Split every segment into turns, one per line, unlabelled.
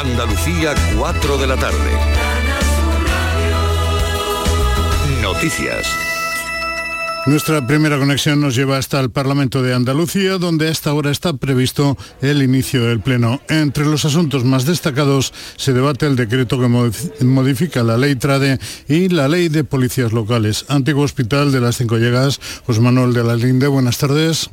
Andalucía, 4 de la tarde. Noticias.
Nuestra primera conexión nos lleva hasta el Parlamento de Andalucía, donde a esta hora está previsto el inicio del Pleno. Entre los asuntos más destacados se debate el decreto que modifica la ley TRADE y la ley de policías locales. Antiguo Hospital de las Cinco Llegas, José Manuel de la Linde, buenas tardes.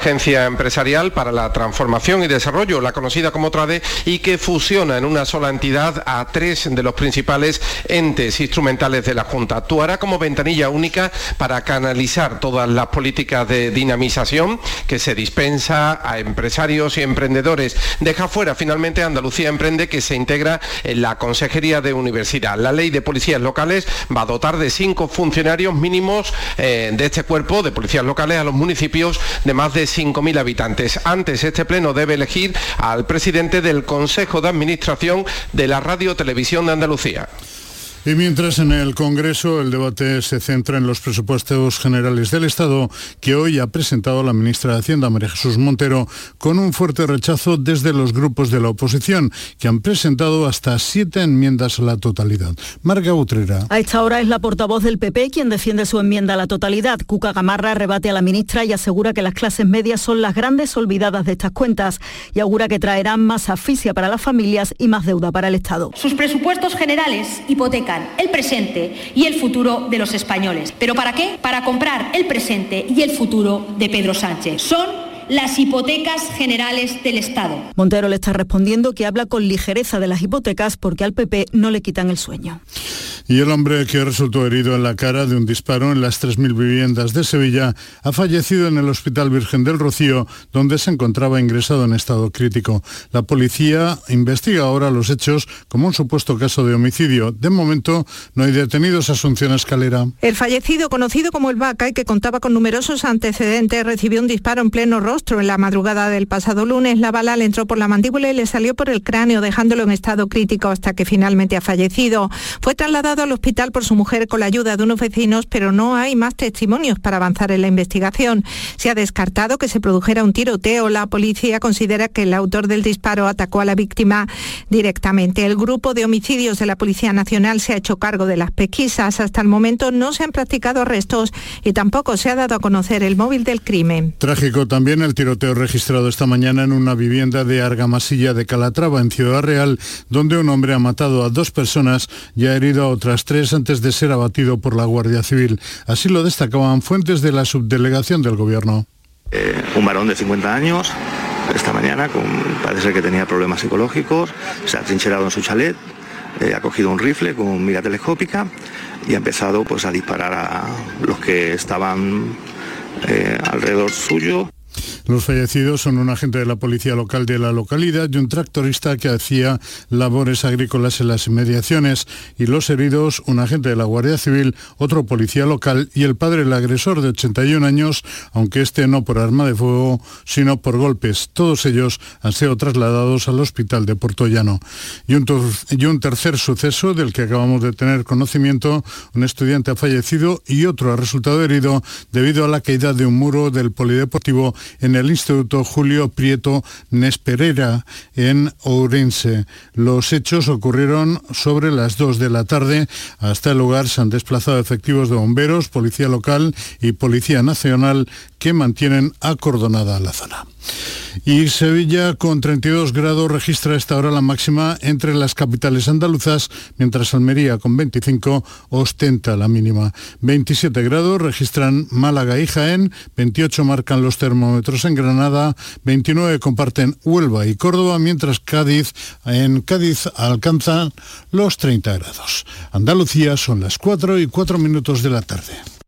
agencia empresarial para la transformación y desarrollo, la conocida como TRADE, y que fusiona en una sola entidad a tres de los principales entes instrumentales de la Junta. Actuará como ventanilla única para canalizar todas las políticas de dinamización que se dispensa a empresarios y emprendedores. Deja fuera finalmente a Andalucía Emprende, que se integra en la Consejería de Universidad. La ley de policías locales va a dotar de cinco funcionarios mínimos eh, de este cuerpo de policías locales a los municipios de más de 5.000 habitantes. Antes, este Pleno debe elegir al presidente del Consejo de Administración de la Radio Televisión de Andalucía.
Y mientras en el Congreso el debate se centra en los presupuestos generales del Estado, que hoy ha presentado la ministra de Hacienda, María Jesús Montero, con un fuerte rechazo desde los grupos de la oposición, que han presentado hasta siete enmiendas a la totalidad. Marga Utrera.
A esta hora es la portavoz del PP quien defiende su enmienda a la totalidad. Cuca Gamarra rebate a la ministra y asegura que las clases medias son las grandes olvidadas de estas cuentas y augura que traerán más asfixia para las familias y más deuda para el Estado.
Sus presupuestos generales hipotecas el presente y el futuro de los españoles. ¿Pero para qué? Para comprar el presente y el futuro de Pedro Sánchez. Son las hipotecas generales del Estado.
Montero le está respondiendo que habla con ligereza de las hipotecas porque al PP no le quitan el sueño.
Y el hombre que resultó herido en la cara de un disparo en las 3.000 viviendas de Sevilla ha fallecido en el Hospital Virgen del Rocío, donde se encontraba ingresado en estado crítico. La policía investiga ahora los hechos como un supuesto caso de homicidio. De momento no hay detenidos Asunción Escalera.
El fallecido, conocido como el Vaca y que contaba con numerosos antecedentes, recibió un disparo en pleno rostro en la madrugada del pasado lunes. La bala le entró por la mandíbula y le salió por el cráneo, dejándolo en estado crítico hasta que finalmente ha fallecido. Fue trasladado al hospital por su mujer con la ayuda de unos vecinos, pero no hay más testimonios para avanzar en la investigación. Se ha descartado que se produjera un tiroteo. La policía considera que el autor del disparo atacó a la víctima directamente. El grupo de homicidios de la Policía Nacional se ha hecho cargo de las pesquisas. Hasta el momento no se han practicado arrestos y tampoco se ha dado a conocer el móvil del crimen.
Trágico también el el tiroteo registrado esta mañana en una vivienda de Argamasilla de Calatrava, en Ciudad Real, donde un hombre ha matado a dos personas y ha herido a otras tres antes de ser abatido por la Guardia Civil. Así lo destacaban fuentes de la subdelegación del Gobierno.
Eh, un varón de 50 años, esta mañana, con, parece que tenía problemas psicológicos, se ha trincherado en su chalet, eh, ha cogido un rifle con mira telescópica y ha empezado pues, a disparar a los que estaban eh, alrededor suyo.
Los fallecidos son un agente de la policía local de la localidad y un tractorista que hacía labores agrícolas en las inmediaciones y los heridos, un agente de la Guardia Civil, otro policía local y el padre del agresor de 81 años, aunque este no por arma de fuego, sino por golpes. Todos ellos han sido trasladados al hospital de Portollano. Y un, y un tercer suceso del que acabamos de tener conocimiento, un estudiante ha fallecido y otro ha resultado herido debido a la caída de un muro del polideportivo en el Instituto Julio Prieto Nesperera en Ourense. Los hechos ocurrieron sobre las 2 de la tarde. Hasta el lugar se han desplazado efectivos de bomberos, policía local y policía nacional que mantienen acordonada la zona. Y Sevilla con 32 grados registra esta hora la máxima entre las capitales andaluzas, mientras Almería con 25 ostenta la mínima. 27 grados registran Málaga y Jaén, 28 marcan los termómetros en Granada, 29 comparten Huelva y Córdoba, mientras Cádiz en Cádiz alcanzan los 30 grados. Andalucía son las 4 y 4 minutos de la tarde.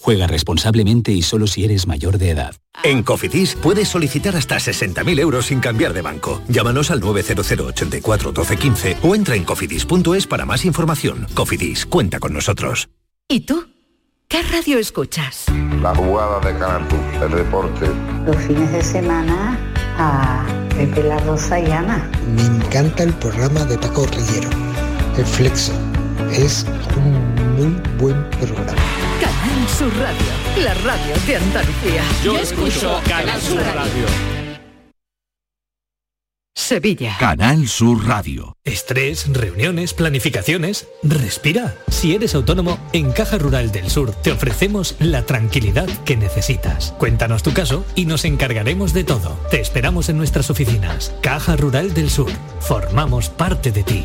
Juega responsablemente y solo si eres mayor de edad.
En Cofidis puedes solicitar hasta 60.000 euros sin cambiar de banco. Llámanos al 900 84 12 15 o entra en cofidis.es para más información. Cofidis, cuenta con nosotros.
¿Y tú? ¿Qué radio escuchas?
La jugada de Canal Plus, el deporte.
Los fines de semana a Pepe La Rosa y Ana.
Me encanta el programa de Paco Rillero, El Flexo. Es un muy buen programa.
Canal Sur Radio, la radio de Andalucía.
Yo escucho Canal Sur Radio.
Sevilla.
Canal Sur Radio.
Estrés, reuniones, planificaciones. Respira. Si eres autónomo, en Caja Rural del Sur te ofrecemos la tranquilidad que necesitas. Cuéntanos tu caso y nos encargaremos de todo. Te esperamos en nuestras oficinas. Caja Rural del Sur. Formamos parte de ti.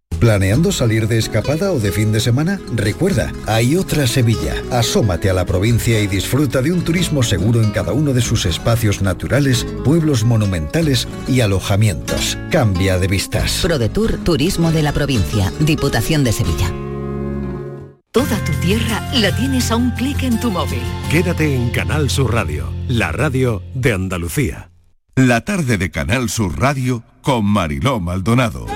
¿Planeando salir de escapada o de fin de semana? Recuerda, hay otra Sevilla. Asómate a la provincia y disfruta de un turismo seguro en cada uno de sus espacios naturales, pueblos monumentales y alojamientos. Cambia de vistas.
ProDetour Turismo de la Provincia, Diputación de Sevilla. Toda tu tierra la tienes a un clic en tu móvil.
Quédate en Canal Sur Radio, la radio de Andalucía.
La tarde de Canal Sur Radio con Mariló Maldonado.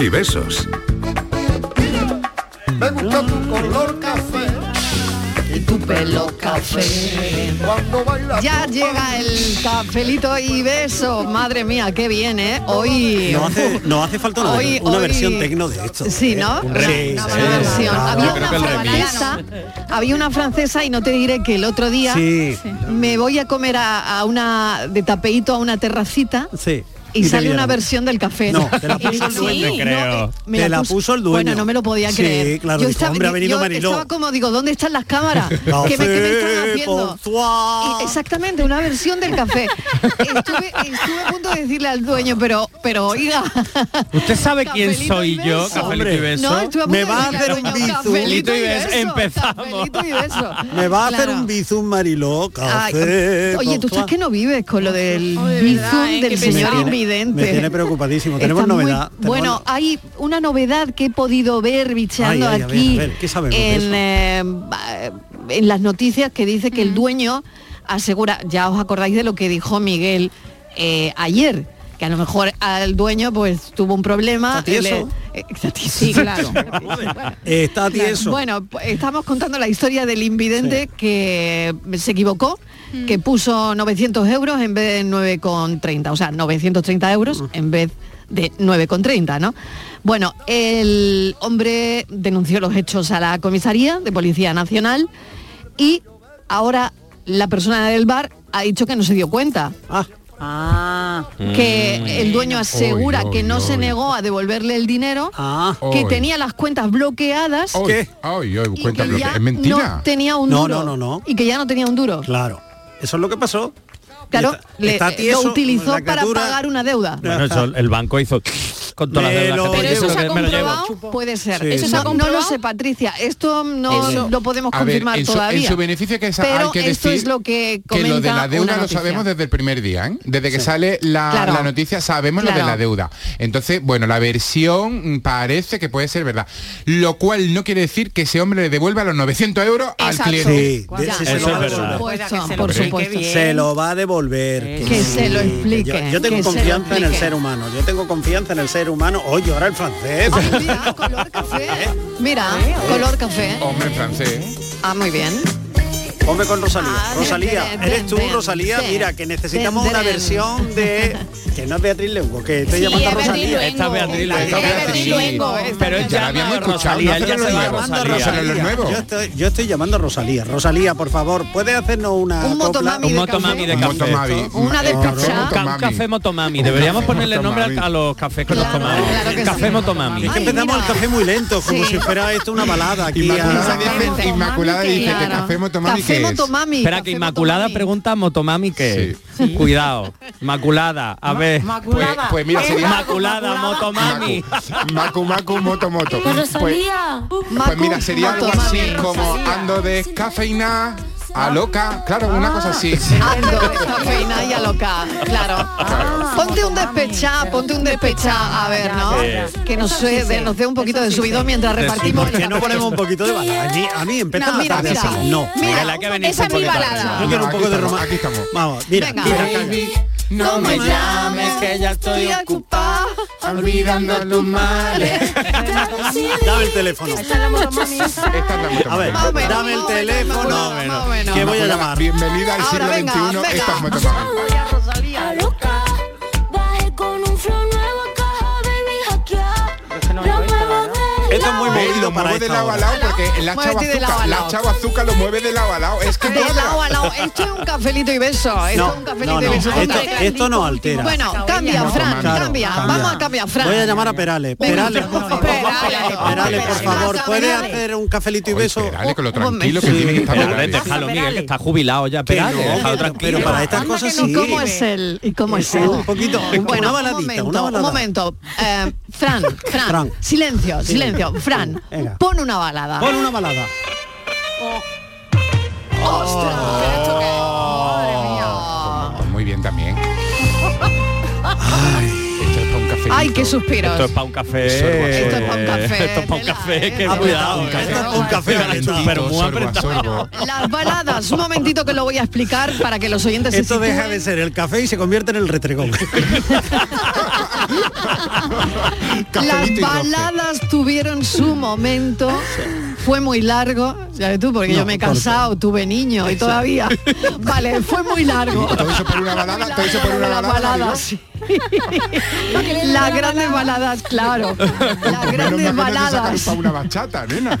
y besos.
Me gusta tu color café
y tu pelo café. Cuando baila ya llega el cafelito y beso. Madre mía, qué bien, ¿eh? Hoy...
No hace, no hace falta una,
Hoy-
una
hoy-
versión tecno de esto.
Sí, ¿no?
Un remix.
Una
Sí,
buena
sí.
versión.
Ah,
había,
yo creo
una
que el remix.
francesa, había una francesa y no te diré que el otro día
Sí.
me voy a comer a, a una de tapeito a una terracita
Sí.
y,
te
sale una
vieron.
versión del café.
No, te la puso el
Sí,
dueño,
no, eh,
creo.
me
te la
pus-
puso el dueño.
Bueno, no me lo podía creer.
Sí, claro,
yo
dijo,
estaba,
hombre, ha venido
yo
Mariló.
estaba como digo, ¿dónde están las cámaras? ¿Qué me, qué me están
Café,
haciendo? Y exactamente, una versión del café. estuve, estuve a punto de decirle al dueño, pero, pero oiga.
¿Usted sabe quién soy yo? Cafelito y beso.
No, estuve a punto
Me
de
va a
decirle al
hacer un
dueño,
bizum.
cafelito y beso.
Empezamos.
cafelito y beso.
Me va a hacer
Claro.
un bizum Mariló,
Ay,
café.
oye, tú
bonsoir.
estás que no vives con lo del bizum
¿eh?
del
Qué
señor
pesado.
invidente.
Me tiene preocupadísimo. Tenemos
Está muy-
novedad. tenemos
Bueno, hay una novedad que he podido ver bicheando
Ay, ay, a ver,
aquí
a ver, ¿qué sabemos de
en,
eso?
eh, ba- en las noticias que dice que el dueño asegura, ya os acordáis de lo que dijo Miguel eh, ayer, que a lo mejor al dueño pues tuvo un problema,
Está tieso.
le- eh, Sí, claro.
Está tieso.
Bueno, p- estamos contando la historia del invidente que se equivocó, que puso 900 euros en vez de 9,30, o sea, 930 euros en vez de 9,30, ¿no? Bueno, el hombre denunció los hechos a la comisaría de Policía Nacional y ahora la persona del bar ha dicho que no se dio cuenta. Que el dueño asegura que no se negó a devolverle el dinero, que
Oy.
tenía las cuentas bloqueadas
Ay, ay, ay, cuenta,
que
pero
ya
es mentira.
no tenía un
No,
duro.
no, no, no.
Y que ya no tenía un duro.
Claro. Eso es lo que pasó.
Claro,
Está-
le-
está tieso,
lo utilizó
la
para
criatura-
pagar una deuda.
Bueno, eso, el banco hizo con todas las
Me
deudas
lo
que
Pero
tengo,
eso se ha
que me lo llevo.
comprobado, puede ser.
Sí. ¿Eso se
no,
ha
no lo sé, Patricia. Esto no
Eso-
lo podemos
A ver,
confirmar
en su-
todavía.
en su beneficio que sa-
Pero
hay que
esto
decir
es lo que
Que
comenta
lo de la
una
deuda lo
noticia.
sabemos desde el primer día, ¿eh? Desde que sale la,
Claro.
la noticia sabemos lo de
Claro.
la deuda. Entonces, bueno, la versión mm, parece que puede ser verdad. Lo cual no quiere decir que ese hombre le devuelva los 900 euros
Exacto.
al cliente.
Sí, de- Ya. sí, se Eso lo es va a verdad. devolver.
Por supuesto,
lo
por
explique
supuesto. Eh,
Se lo va a devolver.
Que se lo
sí.
explique,
Yo, yo tengo
que se lo
confianza en el
explique.
ser humano. Yo tengo confianza en el ser humano. Oye, ahora el francés.
Mira,
¿Eh?
color café.
Hombre francés.
Ah, muy bien.
Hombre con Rosalía.
Ah,
Rosalía,
ten, ten,
eres tú,
ten,
Rosalía.
ten,
Mira, que necesitamos
ten,
una
ten.
versión de. Que no es Beatriz Luengo, que estoy
Sí,
llamando a
es Beatriz
Rosalía.
Luengo. Esta
Beatriz
Pero él
Ya la
llama
habíamos
a
escuchado,
Rosalía,
no,
él ya
pero
se
lo
va a
llamando a
Rosalía.
Rosalía.
Eso no es nuevo.
Yo estoy, yo estoy llamando a Rosalía. Rosalía, por favor, ¿puede hacernos una
Un
copla?
motomami Un de motomami
de café. motomami.
Una de
Ca- un café motomami. Deberíamos ponerle nombre a, a los cafés que nos tomamos. café motomami.
Es que empezamos el café muy lento, como si fuera esto una balada aquí.
Inmaculada dice-
Exactamente.
Inmaculada
Motomami,
dice que
claro.
café motomami
Café
que es.
motomami,
Espera
café
que Inmaculada pregunta motomami que es. Cuidado. Inmaculada, a ver.
Pues, pues mira, sería
Inmaculada, motomami.
Macu, macu, moto, moto. Pues, pues mira, sería algo así como ando de cafeína a loca. Claro, una cosa así.
Ah. Ando descafeinada y loca, claro. Ponte un despechá, ponte Ah, un despechá, a
Sí.
ver, ¿no? Que nos, dé- nos dé un poquito de subidón mientras repartimos.
Eh, ¿Por qué no ponemos un poquito de balada? A mí, a mí empieza
No,
la
mira,
tarde
mira.
así. No.
Mira, Mira, la que ha venido esa es un mi poquito balada. así.
Yo quiero un
Aquí
poco de
estamos,
romance.
aquí estamos.
Vamos, mira.
Venga.
mira,
Baby,
calla.
No
me llames,
que ya
estoy ocupada,
olvidando tus males.
Dame el teléfono. A ver, dame el teléfono. Que voy a llamar.
Bienvenida al siglo XXI. Esta es motomami.
Esto es muy movido
lo
para
mueve de
esta
lado a
hora.
lado porque la
Muévete
chava
de lado a
azúcar, la
lado.
chava azúcar lo mueve de lado a lado. Es que no-
De lado a lado. Esto es un cafelito y beso. Esto
No,
es un cafelito
no,
y
no.
beso.
Esto, esto no altera.
Bueno, cambia, Fran,
Claro,
cambia.
cambia.
Vamos a cambiar, Fran.
Voy a llamar a Perales. Perales, por favor. Perales, por favor, ¿puede
Perales.
hacer un cafelito y beso?
Perales, con lo tranquilo que tiene que estar
Perales,
Perales.
déjalo, Miguel, que está jubilado ya, Perales.
no,
déjalo
pero-
tranquilo.
pero para estas
Anda que no, ¿Cómo es él? ¿Y cómo es
Eh, Un
él?
poquito, un- una baladita,
un momento,
una balada.
Un momento. Eh, Fran, Fran,
Fran.
silencio,
Sí.
silencio. Fran,
Venga.
pon una balada.
Pon una balada.
Pues, Muy bien también. Ay, esto es para un café.
Ay, qué suspiros.
Esto es para un café.
Eh, Sorbo,
Esto
sorbo.
es para un café. Esto es para un café. Que cuidado. eh.
un café, un café apretado.
Bermuda
Sorbo, sorbo.
Las baladas, un momentito que lo voy a explicar para que los oyentes se
Esto deja
sitúen.
de ser el café y se convierte en el retregón.
Las
Cafelito y roce.
baladas tuvieron su momento. Fue muy largo, sabes tú, porque yo
No,
me he
corto.
casado, tuve niño y todavía. Vale, fue muy largo.
Todo eso por una balada, todo eso por una
Las
balada.
baladas. sí. Las grandes baladas, claro. Las grandes baladas.
para una bachata, nena.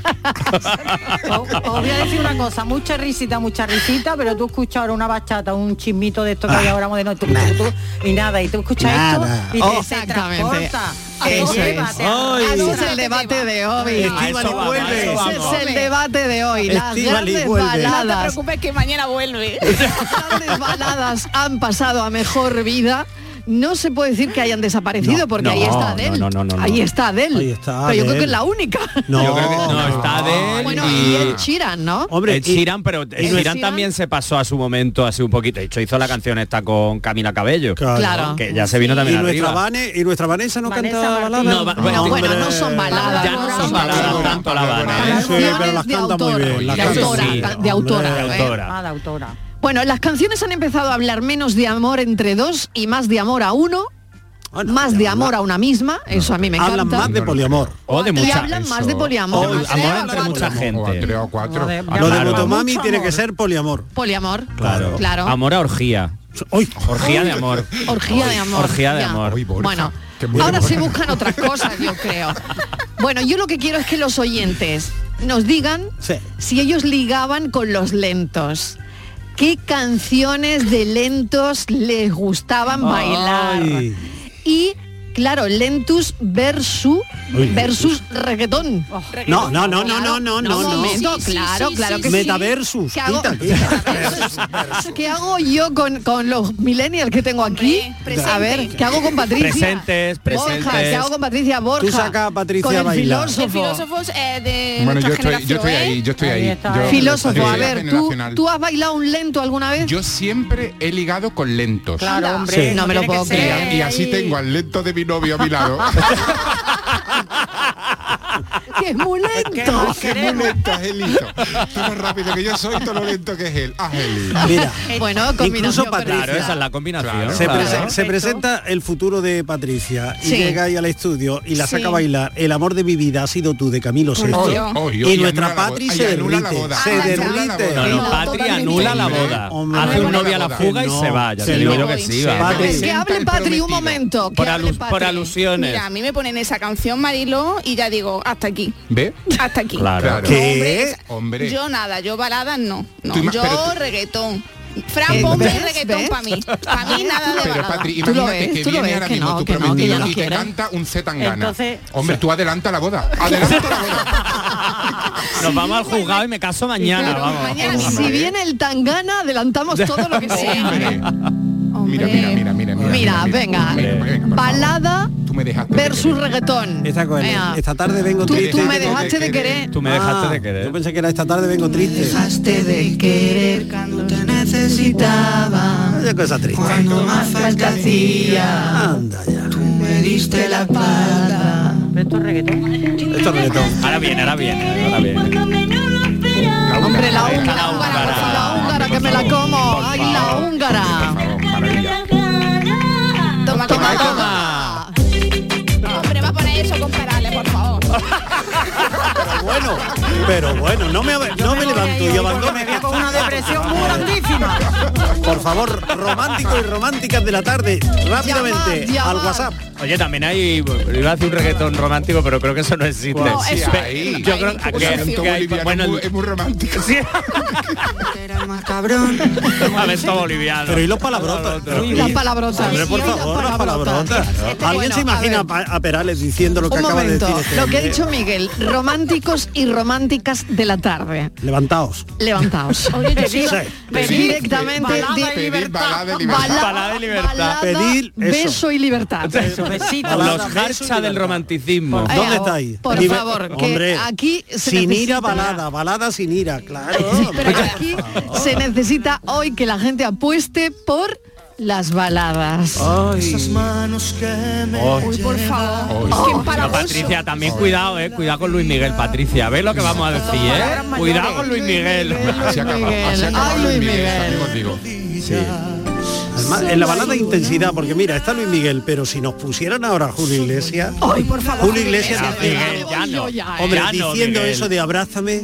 Os voy a decir una cosa, mucha risita, mucha risita, pero tú escuchas ahora una bachata, un chismito de esto que hay ahora de noche, tú, tú, tú, y nada, y tú escuchas
Ah. Nada.
esto y te, se
Exactamente.
transporta. te
Eso es.
lleva, te arrastra.
Ese es el debate de hoy.
Estíbaliz
Ese
vuelve.
es el debate de hoy. Las
Estíbaliz
grandes
vuelve.
baladas.
No te preocupes que mañana vuelve.
grandes baladas han pasado a mejor vida. No se puede decir que hayan desaparecido porque
no,
ahí está
no,
Adel.
no, no, no, no.
ahí está Adel.
Ahí está
Pero yo creo
Adele.
que es la única.
No, Yo creo que- no, está de él
Bueno,
y-
y el Chiran, ¿no?
Ah. Ed Sheeran, pero Ed
Ed
Sheeran
Sheeran.
también se pasó a su momento así un poquito. De hecho, hizo la canción esta con Camila Cabello.
Claro.
Que ya se vino
Y
también
nuestra,
arriba.
Vane- y nuestra Vanessa no canta baladas.
No, va- bueno,
No, bueno, no son baladas.
ya no son baladas tanto la Habana. ¿eh?
Sí, pero las canta muy bien. las
de
canta
autora,
muy bien.
ca- de autora,
Hombre.
¿eh? Bueno, las canciones han empezado a hablar menos de amor entre dos y más de amor a uno.
Ah,
más de amor a una misma, eso a mí me encanta.
Hablan más de poliamor.
O de
Y
mucha-
hablan más
eso.
de poliamor.
O el amor entre mucha gente.
Tres o cuatro.
Lo de
Claro.
Motomami
Mucho
tiene
amor.
que ser poliamor.
Poliamor.
Claro.
Claro.
Amor a orgía. Orgía de amor.
Orgía de amor.
Orgía de
Ya.
amor.
Bueno, ahora se buscan otras cosas, yo creo. Bueno, yo lo que quiero es que los oyentes nos digan si ellos ligaban con los lentos. ¿Qué canciones de lentos les gustaban bailar?
Ay.
Y claro, lentus versus
Uy.
versus reggaetón.
No, no, no, no, no, no, no,
Un
no.
momento,
Sí, sí,
claro,
sí,
claro
sí,
que
sí.
sí.
Metaversus,
¿Qué hago,
quita,
¿Qué hago yo con, con los millennials que tengo aquí? a ver, ¿qué hago con Patricia?
Presentes, presentes.
Borja, ¿qué hago con Patricia Borja?
Tú saca a Patricia
con
a
el
bailar.
filósofo.
Filósofos eh, de
Bueno, yo
nuestra
estoy, yo
generación,
estoy
¿eh?
ahí, yo estoy ahí. Yo-
Filósofo, a
Sí.
ver, ¿tú,
Generacional.
¿tú has bailado un lento alguna vez?
Yo siempre he ligado con lentos.
Claro, Anda. hombre, no me lo
Y
puedo
a-
creer.
Y así tengo al lento de mi novio a mi lado.
que es muy lento.
que es muy lento, Angelito. Todo lo rápido que yo soy, todo lo lento que es él. Ah, Angelito.
Mira,
bueno,
incluso
combinación
Patricia.
Claro, esa es la combinación.
Se,
Ah, claro.
prese- se presenta el futuro de Patricia y
Sí.
llega ahí al estudio y la saca
Sí.
a bailar. El amor de mi vida ha sido tú de Camilo
Por
Sesto.
Dios.
y,
Hoy, hoy,
nuestra
anula la
Patri
boda.
se
Ay, anula la
derrite.
boda.
Se
Ah, ya.
derrite.
No, no, Patri anula la boda. Hace un novio a la fuga y se va. Ya te digo yo que sí, va.
Que hable Patri un momento. que
Por,
hable
alus-
Patri.
por alusiones.
Mira, a mí me ponen esa canción Marilo y ya digo, hasta aquí,
¿Ve?
hasta aquí.
Claro.
Claro.
No, hombre, esa-
Hombre.
Yo nada, yo baladas no. no.
Tú ima-
Yo
pero
reggaetón.
¿Ves?
Fran, ponme el
Eh, ¿Ves?
reggaetón para mí. Para mí nada de
Pero
balada.
Patri,
Ah, Tú lo
imagínate
ves,
que
tú lo
viene
ves,
ahora
que
mismo
no,
tu
que no, que
prometido
ya no
y te
quiere.
canta un Z Tangana.
Entonces-
Hombre, tú adelanta la boda. Adelanta la boda.
Nos vamos al juzgado y me caso mañana.
Claro,
vamos.
mañana, si viene el tangana, adelantamos todo lo que sea.
Mira, mira, mira, mira, mira.
Mira, venga. Balada
Tú me dejaste.
versus reggaetón.
Esta, co-
Venga.
esta tarde vengo
Tú-
triste.
tú me dejaste de querer.
Tú me dejaste de querer. Yo pensé que era esta tarde vengo triste.
Dejaste de querer cuando te necesitaba.
Vaya cosa triste.
Cuando más falta hacía.
Anda ya.
Me diste la espalda. ¿Esto es reggaetón?
Esto es reggaetón.
Ahora viene, ahora viene, ahora viene.
Hombre, la húngara,
La húngara.
la húngara, que me la como. Ay, la húngara. Toma, toma,
Ah,
toma.
Hombre, va a poner eso con Perales, por favor.
Pero bueno, pero bueno, no me, ab- no me levanto y abandono.
una depresión muy grandísima.
Por favor, románticos y románticas de la tarde, rápidamente al
Llamad, llamad.
WhatsApp.
Oye, también hay, iba a decir un reggaetón romántico, pero creo que eso no existe.
Guau, sí,
Pe-
hay.
Yo creo
Hay,
que,
un acento
que hay-
boliviano
bueno,
muy- es muy romántico.
Sí.
Cabrón.
Avento boliviano.
Pero y los palabrotas.
Las palabrotas.
Hombre, por
Sí, las Este,
favor, las palabrotas. ¿Alguien
Bueno,
se imagina a, a Perales diciendo lo que
Un
acaba de
momento,
decir? este
lo que ha
hombre?
dicho Miguel, románticos y románticas de la tarde.
Levantaos.
Levantaos.
Oye, yo sí.
Pedir
Sí.
directamente
Balada
di-
y Pedir libertad. balada y libertad.
Balada,
Balada y libertad.
balada,
Pedir eso.
beso y libertad.
Los harcha del romanticismo.
Eh,
¿Dónde estáis?
por
Liber-
favor, que
Hombre,
aquí se
sin
necesita-
ira balada, balada sin ira, claro.
Pero que aquí se necesita hoy que la gente apueste por las baladas.
Esas
manos que
Uy,
por
Uy, no, Patricia, también cuidado, eh. Cuidado con Luis Miguel, Patricia. Ve lo que vamos a decir, eh. Cuidado con Luis Miguel.
Así acaba, así
Miguel.
acaba
Ay,
Luis
Luis
Miguel,
Miguel.
amigos, digo.
Además, en la balada hay intensidad, porque mira, está Luis Miguel, pero si nos pusieran ahora a Julio Iglesias,
Ay, por favor.
Julio Iglesias
Ya,
decía,
Miguel, ya no.
hombre,
Ya no,
diciendo
Miguel.
eso de abrázame,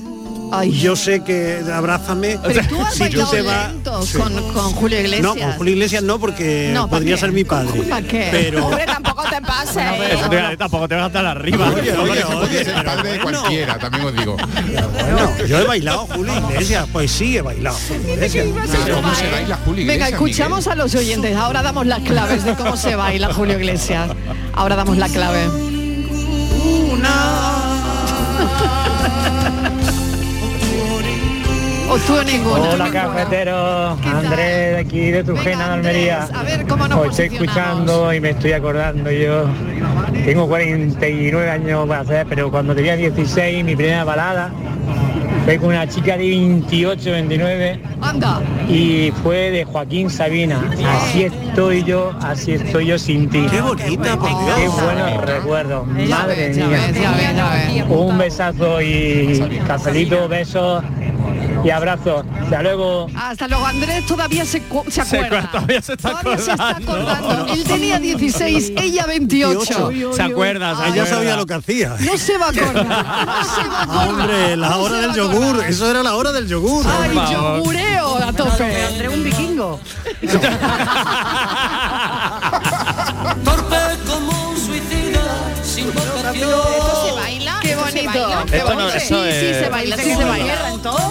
Ay.
yo sé que abrázame,
Pero tú has
si tú
bailado
te vas...
lento
Sí.
con, con Julio
No,
Iglesias.
con Julio Iglesias no, porque
No, ¿pa'
podría
qué?
ser mi padre.
¿Pa' qué?
Pero...
Hombre, tampoco te pases. ¿eh?
Eso te- Tampoco te vas a estar arriba.
Oye, oye, oye,
Es el padre de cualquiera, también os digo.
bueno, yo he bailado Julio Iglesias, pues sí, he bailado Julio Iglesias.
Pero ¿cómo se baila Julio
Venga,
Iglesias,
escuchamos a los oyentes. Ahora damos las claves de cómo se baila Julio Iglesias. Ahora damos la clave. O tú o ninguno.
Hola cafetero, Andrés de aquí de Trujena, de Almería.
A ver cómo nos
Os estoy
posicionamos.
escuchando y me estoy acordando yo. Tengo 49 años para hacer, pero cuando tenía 16 mi primera balada fue con una chica de 28, 29
Anda.
y fue de Joaquín Sabina. Así estoy yo, así estoy yo sin ti. Qué bonita, Qué buenos recuerdos, madre
Ya
mía.
ves, ya ves, ya ves.
Un besazo y cafelito, besos y abrazos. Hasta luego.
Hasta luego. Andrés todavía se, cu- se
Se
acuerda.
acuerda, todavía se está
Todavía se está
acordando.
acordando. Él tenía 16, ella 28.
Se acuerda,
Ella
se acuerda.
Ah, sabía lo que hacía.
No se va a acordar.
Hombre,
Ah,
la hora del yogur. Eso era la hora del yogur.
Ay,
Por favor.
yogureo a tope.
Andrés un vikingo.
Torpe como un suicida, sin vocación.
¿Esto se baila?
Qué
¿Esto se
bonito.
baila?
Qué
Esto no,
bonito.
eso
sí, sí,
es-
se baila, sí,
Dice
se
que
baila.
mierda, entonces.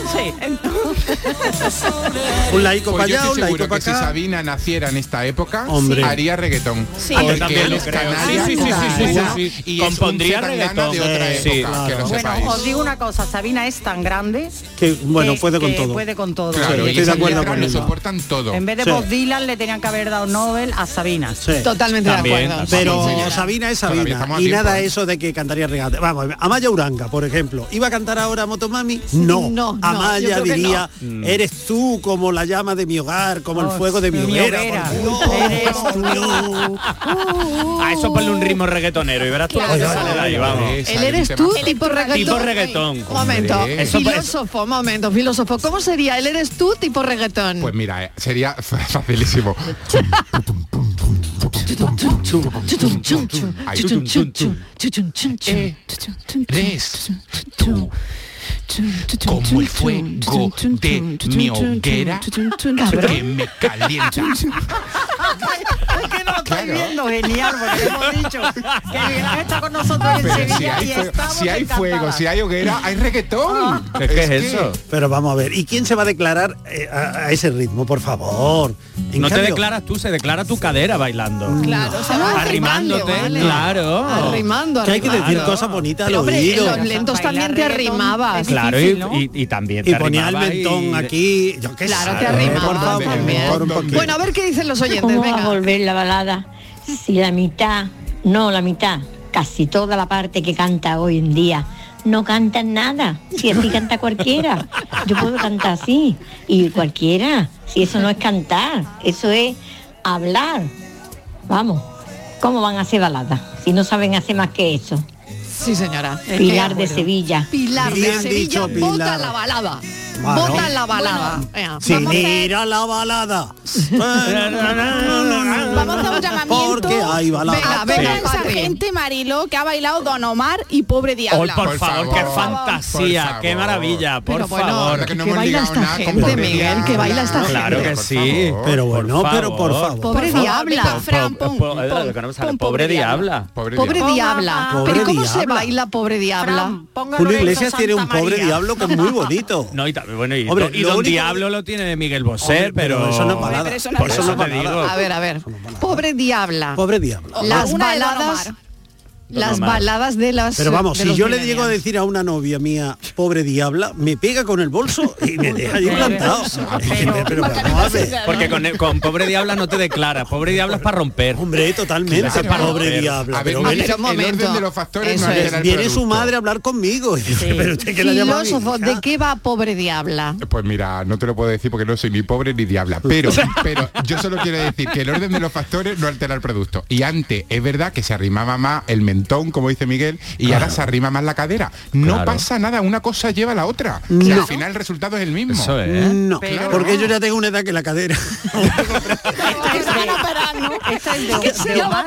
Un laico
Pues
para
yo
allá,
estoy
un laico
seguro
para
que si
acá.
Sabina naciera en esta época,
Hombre.
haría reggaetón.
Sí.
Porque
Yo también
él
lo
es
creo.
canaria,
Sí, sí, sí, sí, sí,
cubano,
sí, sí.
y es un
Compondría
zetangana de
reggaetón.
otra época,
Sí,
que
claro.
lo
Bueno,
sepáis.
Os digo una cosa, Sabina es tan grande
Que, bueno,
que-
puede con
que
todo.
puede con todo.
Claro,
Sí.
yo estoy de
esas
acuerdo
letras
con
lo
ella.
soportan todo.
En vez de
Sí.
Bob Dylan le tenían que haber dado Nobel a Sabina.
Sí.
Totalmente
También,
de acuerdo.
Pero
Sí, señora.
Sabina es
Todavía
Sabina
estamos a
y
tiempo,
nada
¿eh?
eso de que cantaría regate. Vamos, Amaya Uranga, por ejemplo, iba a cantar ahora Motomami. No,
No, no, yo
Amaya
creo que
diría,
Mm.
no.
eres tú como la llama de mi hogar, como el
Oh,
fuego de mi
mi
hoguera.
hoguera.
por Dios.
A eso ponle un ritmo reggaetonero y verás tú lo que
Claro.
sale de ahí, vamos.
Él eres tú, tipo reggaetón.
Tipo reggaetón.
Momento,
Hombre. Eso pa-
filósofo, momento, filósofo. ¿Cómo sería? Él eres tú, tipo reggaetón.
Pues mira, eh, sería fa- facilísimo. Ahí. Eres tú, como el fuego de mi hoguera que me calienta.
Es que no lo estáis viendo, genial, porque hemos dicho que Miguel Ángel está con nosotros en
Pero si
Sevilla
hay,
y
fuego,
estamos
si hay fuego,
encantadas.
si hay hoguera, hay
Ah.
reggaetón.
Pero vamos a ver, ¿y quién se va a declarar eh, a, a ese ritmo, por favor? En
No te
cambio-
declaras tú, se declara tu cadera bailando.
Claro, se va
Arrimándote,
arrimando, vale.
claro.
Arrimando,
Ah, Que hay que decir
Claro.
cosas bonitas al
Pero, hombre,
oído.
los lentos también te arrimabas.
Claro, y, y- y también te
Y ponía el
arrimabas y-
mentón aquí. Yo qué
Claro, te
sé,
arrimabas
por favor,
también.
por un poquito.
Bueno, a ver qué dicen los oyentes.
¿Cómo va
Venga.
a volver la balada si la mitad, no la mitad, casi toda la parte que canta hoy en día no canta nada? Si así canta cualquiera, yo puedo cantar así y cualquiera. Si eso no es cantar, eso es hablar. Vamos, ¿cómo van a hacer balada si no saben hacer más que eso?
Sí, señora. Es que
Pilar de
acuerdo.
Sevilla.
Pilar de
Bien dicho,
Sevilla, vota
Pilar. Ah,
la balada.
Bueno.
Vota la balada. Venga,
Si
vamos a-
mira la balada.
Vamos a hacer un llamamiento.
Porque hay balada.
A
venga,
toda esa
Patri.
gente, Marilo, que ha bailado Don Omar y Pobre
Oh,
Diabla.
por, favor, qué
favor,
fantasía,
por favor.
qué maravilla, por
Pero bueno,
favor.
que no
que
hemos
baila
ligado
esta
nada con
gente,
Pobre
Miguel,
Diabla.
que baila esta gente.
Claro que
Por
sí,
favor.
Pero bueno, pero por
favor.
favor.
Pobre diabla.
Fran,
Po-
pum,
po- eh,
pum,
lo que no me sale,
pum,
Pobre diabla.
Pobre
Pobre
Diabla.
diabla.
Pobre
Pero ¿cómo se
diabla.
baila, pobre diabla?
Fran, póngalo
Julio
en
Iglesias
Santa
tiene un pobre
María.
diablo que es muy bonito.
No, y, tam- bueno, y,
Hombre,
do- y
lo
Don
único-
Diablo lo tiene de Miguel Bosé,
Hombre,
pero...
eso no es balada.
Pero eso no
Por
es
eso no
Por
es
eso te
balada.
digo.
A ver, a ver. Pobre diabla.
Pobre diablo.
Las
Una de Don
baladas.
Omar.
Don Las
Omar.
baladas de las.
Pero vamos,
eh, de
si
los
yo le llego a
millennials.
decir a una novia mía, pobre diabla, me pega con el bolso y me deja ahí plantado. Ah, pues, Pero, pero vamos a ver.
Porque con, con Pobre Diabla no te declaras, Pobre Diabla es para romper.
Hombre, totalmente,
Claro.
pobre diabla.
A ver,
pero
un
Ah,
ven-
pero un
el orden
momento.
de los factores no
Eso
altera
viene,
el
su
producto.
madre a hablar conmigo. Y dice, pero usted que la llama a mí?
Filósofo, ¿de qué va pobre diabla?
Pues mira, no te lo puedo decir porque no soy ni pobre ni diabla, pero, pero yo solo quiero decir que el orden de los factores no altera el producto. Y antes es verdad que se arrimaba más el mentón, como dice Miguel, y ahora se arrima más la cadera. No
Claro.
pasa nada, una cosa lleva a la otra. Y
No.
al final el resultado es el mismo.
Eso es.
No,
Pero-
porque yo ya tengo una edad que la cadera.
Esta es de- Esta es de- de Omar.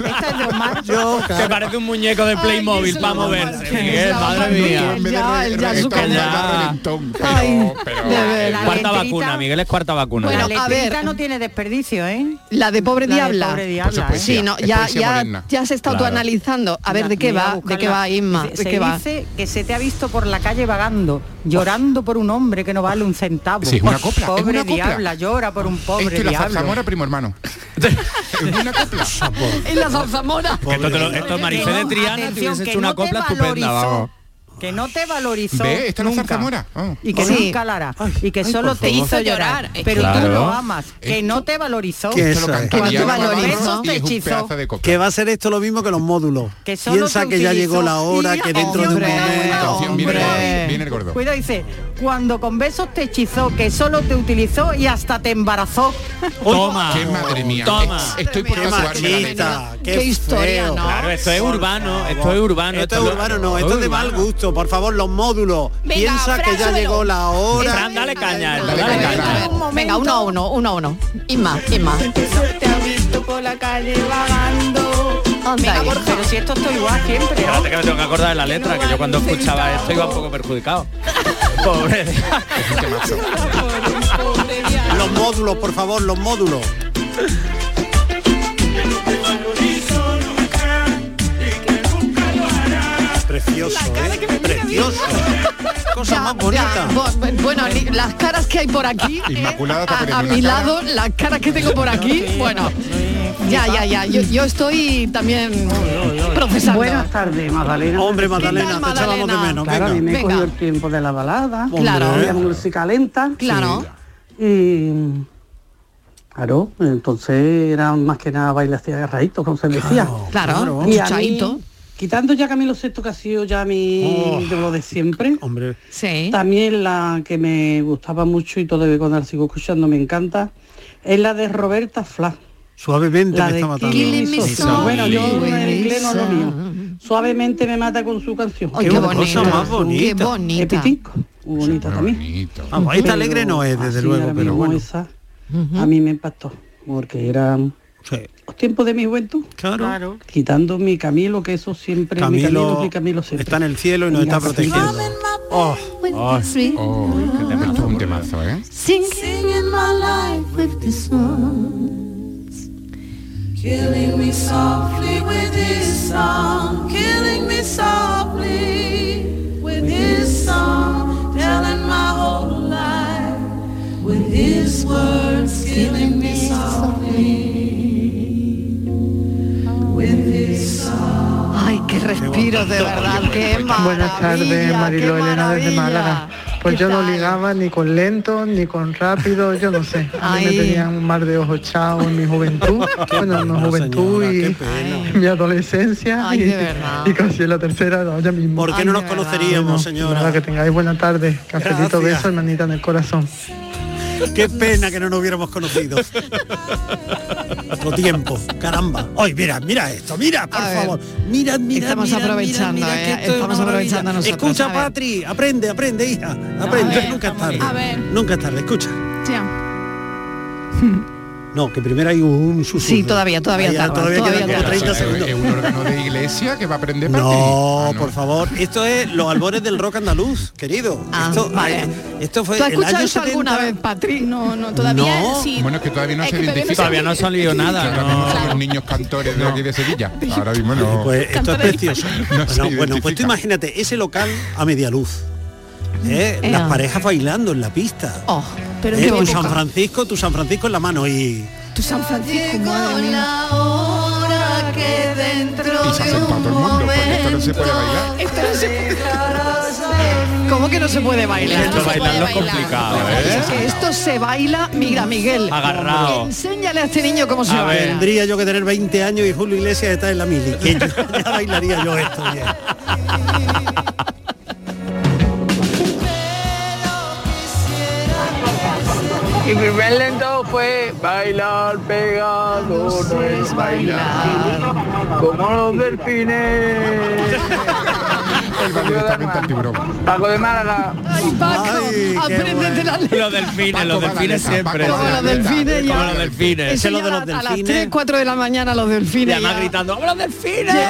Esta es de Omar.
Yo,
Te
claro.
parece un muñeco de Playmobil para moverse, Miguel, madre mía.
En vez de
Ya,
re-
el ya, su
reggaetón,
cadera.
baila reggaetón, pero-
Ay,
pero-
de ver-
Cuarta
letrita-
vacuna, Miguel es cuarta vacuna.
Bueno,
La
a ver.
letrita no tiene desperdicio, ¿eh?
La de pobre
La de
diabla.
Pobre Diabla,
Por
¿eh?
supuesto.
Sí, no,
Es
ya,
poesía
ya,
moderna.
ya has estado tú
Claro.
analizando. A ver, ¿de qué
Mira,
va?
buscarla.
¿De qué va, Inma?
Dice,
¿De
se
qué va?
dice que se te ha visto por la calle vagando, llorando por un hombre que no vale un centavo.
Sí, es una copla, es
Pobre
una copla.
diabla, llora por un pobre
Esto y la
diablo.
zarzamora, primo hermano. Es una copla.
En la zarzamora.
Que Esto, te lo- esto Maricel de Triana te
Atención,
hubiese
que
hecho una
no te
copla estupenda,
valorizó.
vamos.
Que no te valorizó
Ve, esto es la
nunca.
zarzamora. Oh.
Y que
Sí.
nunca la hará. Y que solo te
favor.
hizo llorar. Pero tú
Claro.
lo amas. Que no te valorizó.
Que
Esto lo
Eso es.
canta
Cuando
Diana
tú
Navarro
valorizas,
y
te
es un
hechizó.
pedazo de copla.
Que va a ser esto lo mismo que los módulos.
Que solo
Piensa
te
que ya
utilizó.
llegó la hora,
Y-
que dentro de un
hombre,
momento.
Atención, viene,
hombre.
viene el gordo.
Cuidado, dice, cuando con besos te hechizó, que solo te utilizó y hasta te embarazó.
Toma.
Qué madre mía.
Toma.
Es- Estoy por
Qué
tatuarme la
machista,
nariz.
qué, historia, ¿no?
Claro, esto es urbano, esto es urbano.
Esto es urbano, no, esto es de mal gusto. Por favor, los módulos. Venga, Piensa Fran, que ya súbelo. llegó la hora.
Fran, dale caña, esto,
Dale
dale
caña.
caña.
Venga, uno a uno, uno a uno. Y más, y más.
Te ha visto por la calle vagando.
Venga, Borja, pero si esto estoy igual siempre. ¿no?
Espérate que me tengo que acordar de la letra, que yo cuando escuchaba esto iba un poco perjudicado. Pobre.
Los módulos, por favor, los módulos. Precioso, ¿eh? Precioso. Cosa más bonita.
Bu- Bueno, ni- las caras que hay por aquí, eh,
Inmaculada está
a- a,
poniendo
mi
una cara.
lado, las caras que tengo por aquí, bueno, ya, ya, ya, yo, yo estoy también procesando.
Buenas tardes, Magdalena.
Hombre, Magdalena,
¿Qué tal,
te echábamos de
Magdalena?
menos,
Claro,
venga.
a mí me he
Venga.
cogido el tiempo de la balada. Claro. de La música lenta. Claro. Y... Claro, entonces era más que nada baile hacia agarraditos, como se decía. Claro, claro. Y a mí, chuchaíto. quitando ya Camilo Sesto, que ha sido ya mi de lo de siempre.
Oh. Hombre.
También la que me gustaba mucho y todavía cuando la sigo escuchando me encanta, es la de Roberta Flack.
Suavemente
La
me
de
está matando.
Killing Me Softly. Bueno, yo en inglés no lo mío. Suavemente me mata con su canción.
Ay, Qué qué cosa bonita. más bonita. Qué bonita.
Epitico, muy bonita también.
Vamos, pues, esta alegre no es, desde
así,
luego,
ahora
pero
mismo
bueno.
esa a mí me impactó, porque eran los tiempos de mi juventud.
Claro.
Quitando mi Camilo, que eso siempre, mi
Camilo
Camilo, mi Camilo siempre.
Está en el cielo y nos
Venga,
está protegiendo. Oh,
Oh, oh, qué temazo, un temazo, ¿eh?
Singing my life with the songs. Killing me softly with his song. Killing me softly with his song. Telling my whole life with his words. Killing me softly with his song.
Ay, qué respiro, de verdad, qué
Buenas tardes, Marilo Elena desde Málaga. Pues yo no ligaba ni con lento, ni con rápido, yo no sé. A mí me
Ay.
tenían un mar de ojos chao en mi juventud. bueno, no juventud y mi adolescencia.
Ay,
y,
de verdad.
y casi en la tercera, no, ya mismo.
¿Por qué no Ay, nos de verdad. conoceríamos,
Bueno,
señora?
nada, que tengáis buena tarde. Cafecito,
Gracias.
beso, hermanita en el corazón.
qué pena que no nos hubiéramos conocido. Otro tiempo, caramba. Hoy mira, mira esto, mira, por favor. Mira, mira,
Estamos
mira,
aprovechando,
mira, mira,
eh,
que esto es
estamos
una maravilla.
aprovechando nosotros, a
Escucha,
ver.
Patri, aprende, aprende, hija. Aprende, nunca es tarde.
a ver.
Nunca es tarde, escucha. No, que primero hay un susurro.
Sí, todavía, todavía
Ahí ya,
tarda,
Todavía,
todavía
quedan como
tarda.
30 segundos.
¿Es un órgano de iglesia que va a Ah, aprender para
No, por favor. Esto es los albores del rock andaluz, querido. esto,
Ah, vale.
esto fue
¿Tú has
el
escuchado
año
eso
70.
alguna vez, Patri?
No, no, todavía
No.
sí.
Bueno, es que todavía no
Es
se
que todavía
identifica.
no se Todavía no ha
salido nada,
Ahora mismo son los niños cantores de aquí de Sevilla. Ahora mismo no.
Pues esto es precioso.
No se
bueno, bueno, pues tú
identifica.
imagínate ese local a media luz. ¿eh?
Ea.
Las parejas bailando en la pista.
Oh, pero
¿eh?
qué
tu
bonito.
San Francisco, tu San Francisco en la mano y.
Tu San Francisco, madre
Llegó
mía.
la hora que dentro
Y se
de
acepta todo el
un
mundo, porque esto no se puede bailar.
Esto no se puede- ¿Cómo que no se puede bailar?
Esto bailando es complicado, ¿eh?
Que Esto se baila, mira Miguel.
Agarrao.
Enséñale a este niño cómo se
A ver,
baila.
tendría yo que tener 20 años y Julio Iglesias está en la mili. que yo- ya bailaría yo esto. ya.
Mi primer lento fue bailar pegado, no es bailar. Como los delfines.
El baile directamente al tiburón.
Paco de Málaga.
Ay, Paco, apréndete la letra.
Los delfines, los
Paco
delfines
Valeta,
siempre.
Paco Como los Valeta, delfines, ya.
Como los delfines.
Eso ya a- A las 3, 4 de la mañana los delfines.
Y además
ya-
gritando, ¡vamos los delfines!
Lle-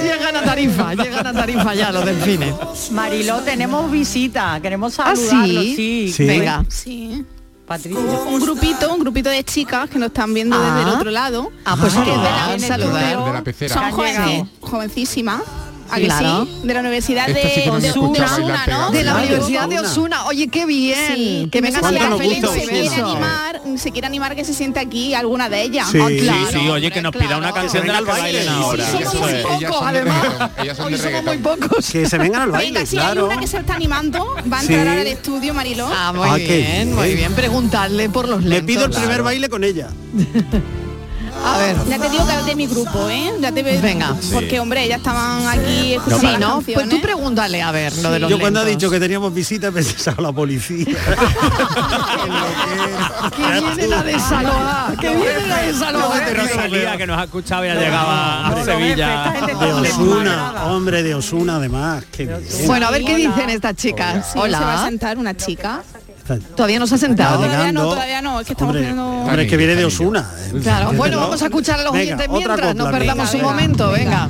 lle- Llegan a tarifa, llegan a tarifa ya los delfines.
Mariló, tenemos visita, queremos
¿Ah, sí?
saludarlos. sí?
Sí. Venga.
Sí.
Patricia.
Un grupito, un grupito de chicas que nos están viendo
Ah.
desde el otro lado.
Ah, pues
que
que
de
va,
la-
saludar.
estudio
De la pecera.
Son
Han
jóvenes,
llegado.
jovencísimas. ¿A que
Claro.
sí? De la Universidad
Esto
de,
Este sí que no lo he
de
escuchado
Osuna,
bailar
¿no?
pegado. De la Universidad de Osuna. Oye, qué bien. Que venga
si
María
la Felipe
Félix
se
Beso.
quiere animar, se quiere animar que se siente aquí alguna de ellas.
Sí,
Ah,
sí,
claro.
sí, oye, que nos pida una canción de las que bailen ahora.
Sí, somos
Eso
muy
es.
pocos, además.
Ellas son
Hoy
de
somos muy
reggaetón.
pocos.
Que se vengan al baile,
Venga, si
claro.
hay una que se está animando, va a
Sí.
entrar ahora al estudio, Mariló.
Ah, muy
Ah, qué
bien, muy
bien.
bien. Preguntarle por los lentos.
Le pido el primer
Claro.
baile con ella.
A ver.
Ah, Ya te digo que es de mi grupo, ¿eh? Ya te
Venga.
Porque, hombre, ya estaban aquí escuchando
Sí,
las
¿no?
canciones.
Pues tú pregúntale, a ver, lo de los
Yo cuando ha
lentos.
dicho que teníamos visita he pensado la policía.
Ah,
Que viene la de Salvador, que viene la de Salvador.
Rosalía, que nos ha escuchado y ha llegado a Sevilla.
De Osuna, hombre, de Osuna además. qué bien.
Bueno, a ver qué dicen estas chicas.
Sí, se va a
Hola.
sentar una chica.
Todavía no se ha sentado.
Todavía no, todavía no. Es que estamos
Hombre,
poniendo...
hombre, es que viene de Osuna. eh.
Claro, bueno, vamos a escuchar a los
Venga,
oyentes
otra
mientras, no
copla,
perdamos
venga,
un momento, venga.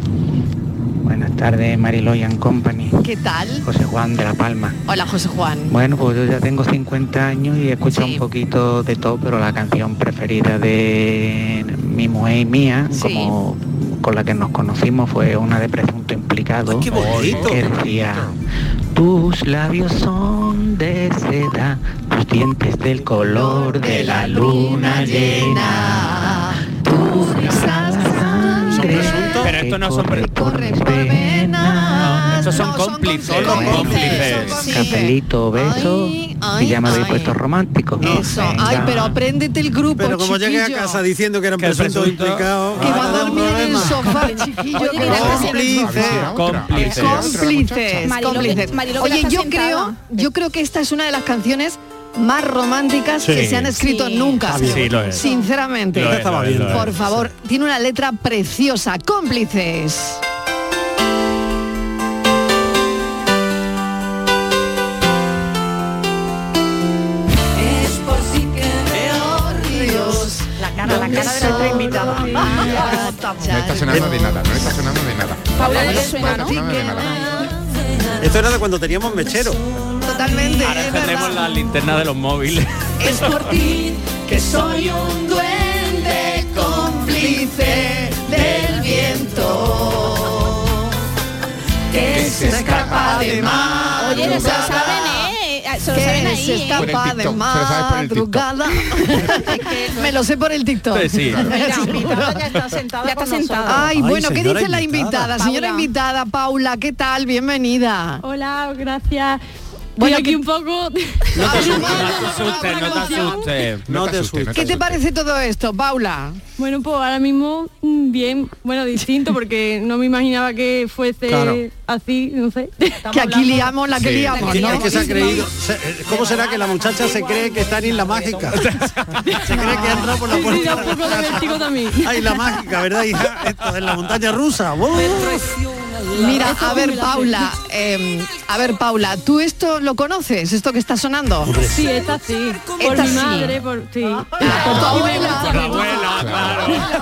Buenas tardes, Marilo and Company.
¿Qué tal?
José Juan de La Palma.
Hola, José Juan.
Bueno, pues yo ya tengo 50 años y he escuchado un poquito de todo, pero la canción preferida de mi mujer y mía, como con la que nos conocimos, fue una de Presunto Implicado,
qué bonito!
que decía, tus labios son de seda, tus dientes del color de la luna llena. Tus risas
Pero esto no son pre- No, estos son cómplices. Son cómplices.
Cafelito, beso, y ya me habéis puesto romántico.
Eso, ay, pero apréndete el grupo,
Pero como llegué a
chiquillo.
casa diciendo que eran
Que el
presuntos
presunto-
implicados,
Que va a dormir en el sofá, chiquillo.
Oye,
que
mira,
no.
cómplice.
Cómplices.
Oh, Cómplices,
Marilo, que-
cómplices.
Marilo, que la
Oye,
está
yo creo,
sentada.
yo creo que esta es una de las canciones más románticas
Sí.
que se han escrito
Sí.
nunca.
Está bien. Sí, lo es.
Sinceramente.
Lo es, Estaba lo es, bien. ¿eh? lo
Por
es.
favor, tiene una letra preciosa. Cómplices.
Es por si que veo ríos.
La cara, la cara de nuestra invitada.
No está sonando de nada, no está sonando de nada.
Paula le suena, ¿no?
Esto era de cuando teníamos mechero.
Totalmente.
Ah. Ahora encendemos la linterna de los móviles.
Es por ti
que soy un duende cómplice del viento. Que se escapa de madrugada.
Oye, no se lo saben, ¿eh? Eh, Se lo
Que
saben ahí.
se
¿eh?
escapa
Por el
de
TikTok, se lo sabes por el TikTok. Pues
madrugada. Me lo sé por el TikTok.
Sí, sí.
Mira,
Seguro.
invitada ya está sentada. Ya está sentada.
Ay, bueno, ¿qué
señora
dice la
invitada.
invitada? Señora
Paula.
invitada, Paula, ¿qué tal? Bienvenida.
Hola, gracias. Bueno,
Bueno,
aquí
que-
un poco.
No te asustes, no te asustes, no te asustes.
No te asustes.
¿Qué te parece todo esto, Paula?
Bueno, pues ahora mismo mm, bien, bueno, distinto porque no me imaginaba que fuese
Claro.
así, no sé.
Que aquí liamos la que liamos, ¿no?
Es que se ha creído. se- eh, ¿Cómo será que la muchacha se cree que está en Isla Mágica? Se cree que ha entrado por la
Sí, sí, da
puerta.
un poco de vértigo también.
Ah, Isla Mágica, ¿verdad, hija? Esto es la montaña rusa. ¡Uh!
Mira, a ver, Paula, eh, a ver, Paula, ¿tú esto lo conoces? ¿Esto que está sonando?
Sí, esta sí. Por
Esta
mi
sí.
madre, por sí.
Por tu
Por la
abuela,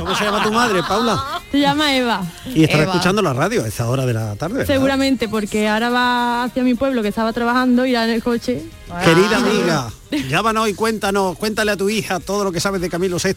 ¿Cómo se llama tu madre, Paula?
Se llama Eva.
Y estará escuchando la radio a esta hora de la tarde. ¿verdad?
Seguramente porque ahora va hacia mi pueblo que estaba trabajando, irá en el coche.
Ah.
Querida amiga, llámanos y cuéntanos, cuéntale a tu hija todo lo que sabes de Camilo VI.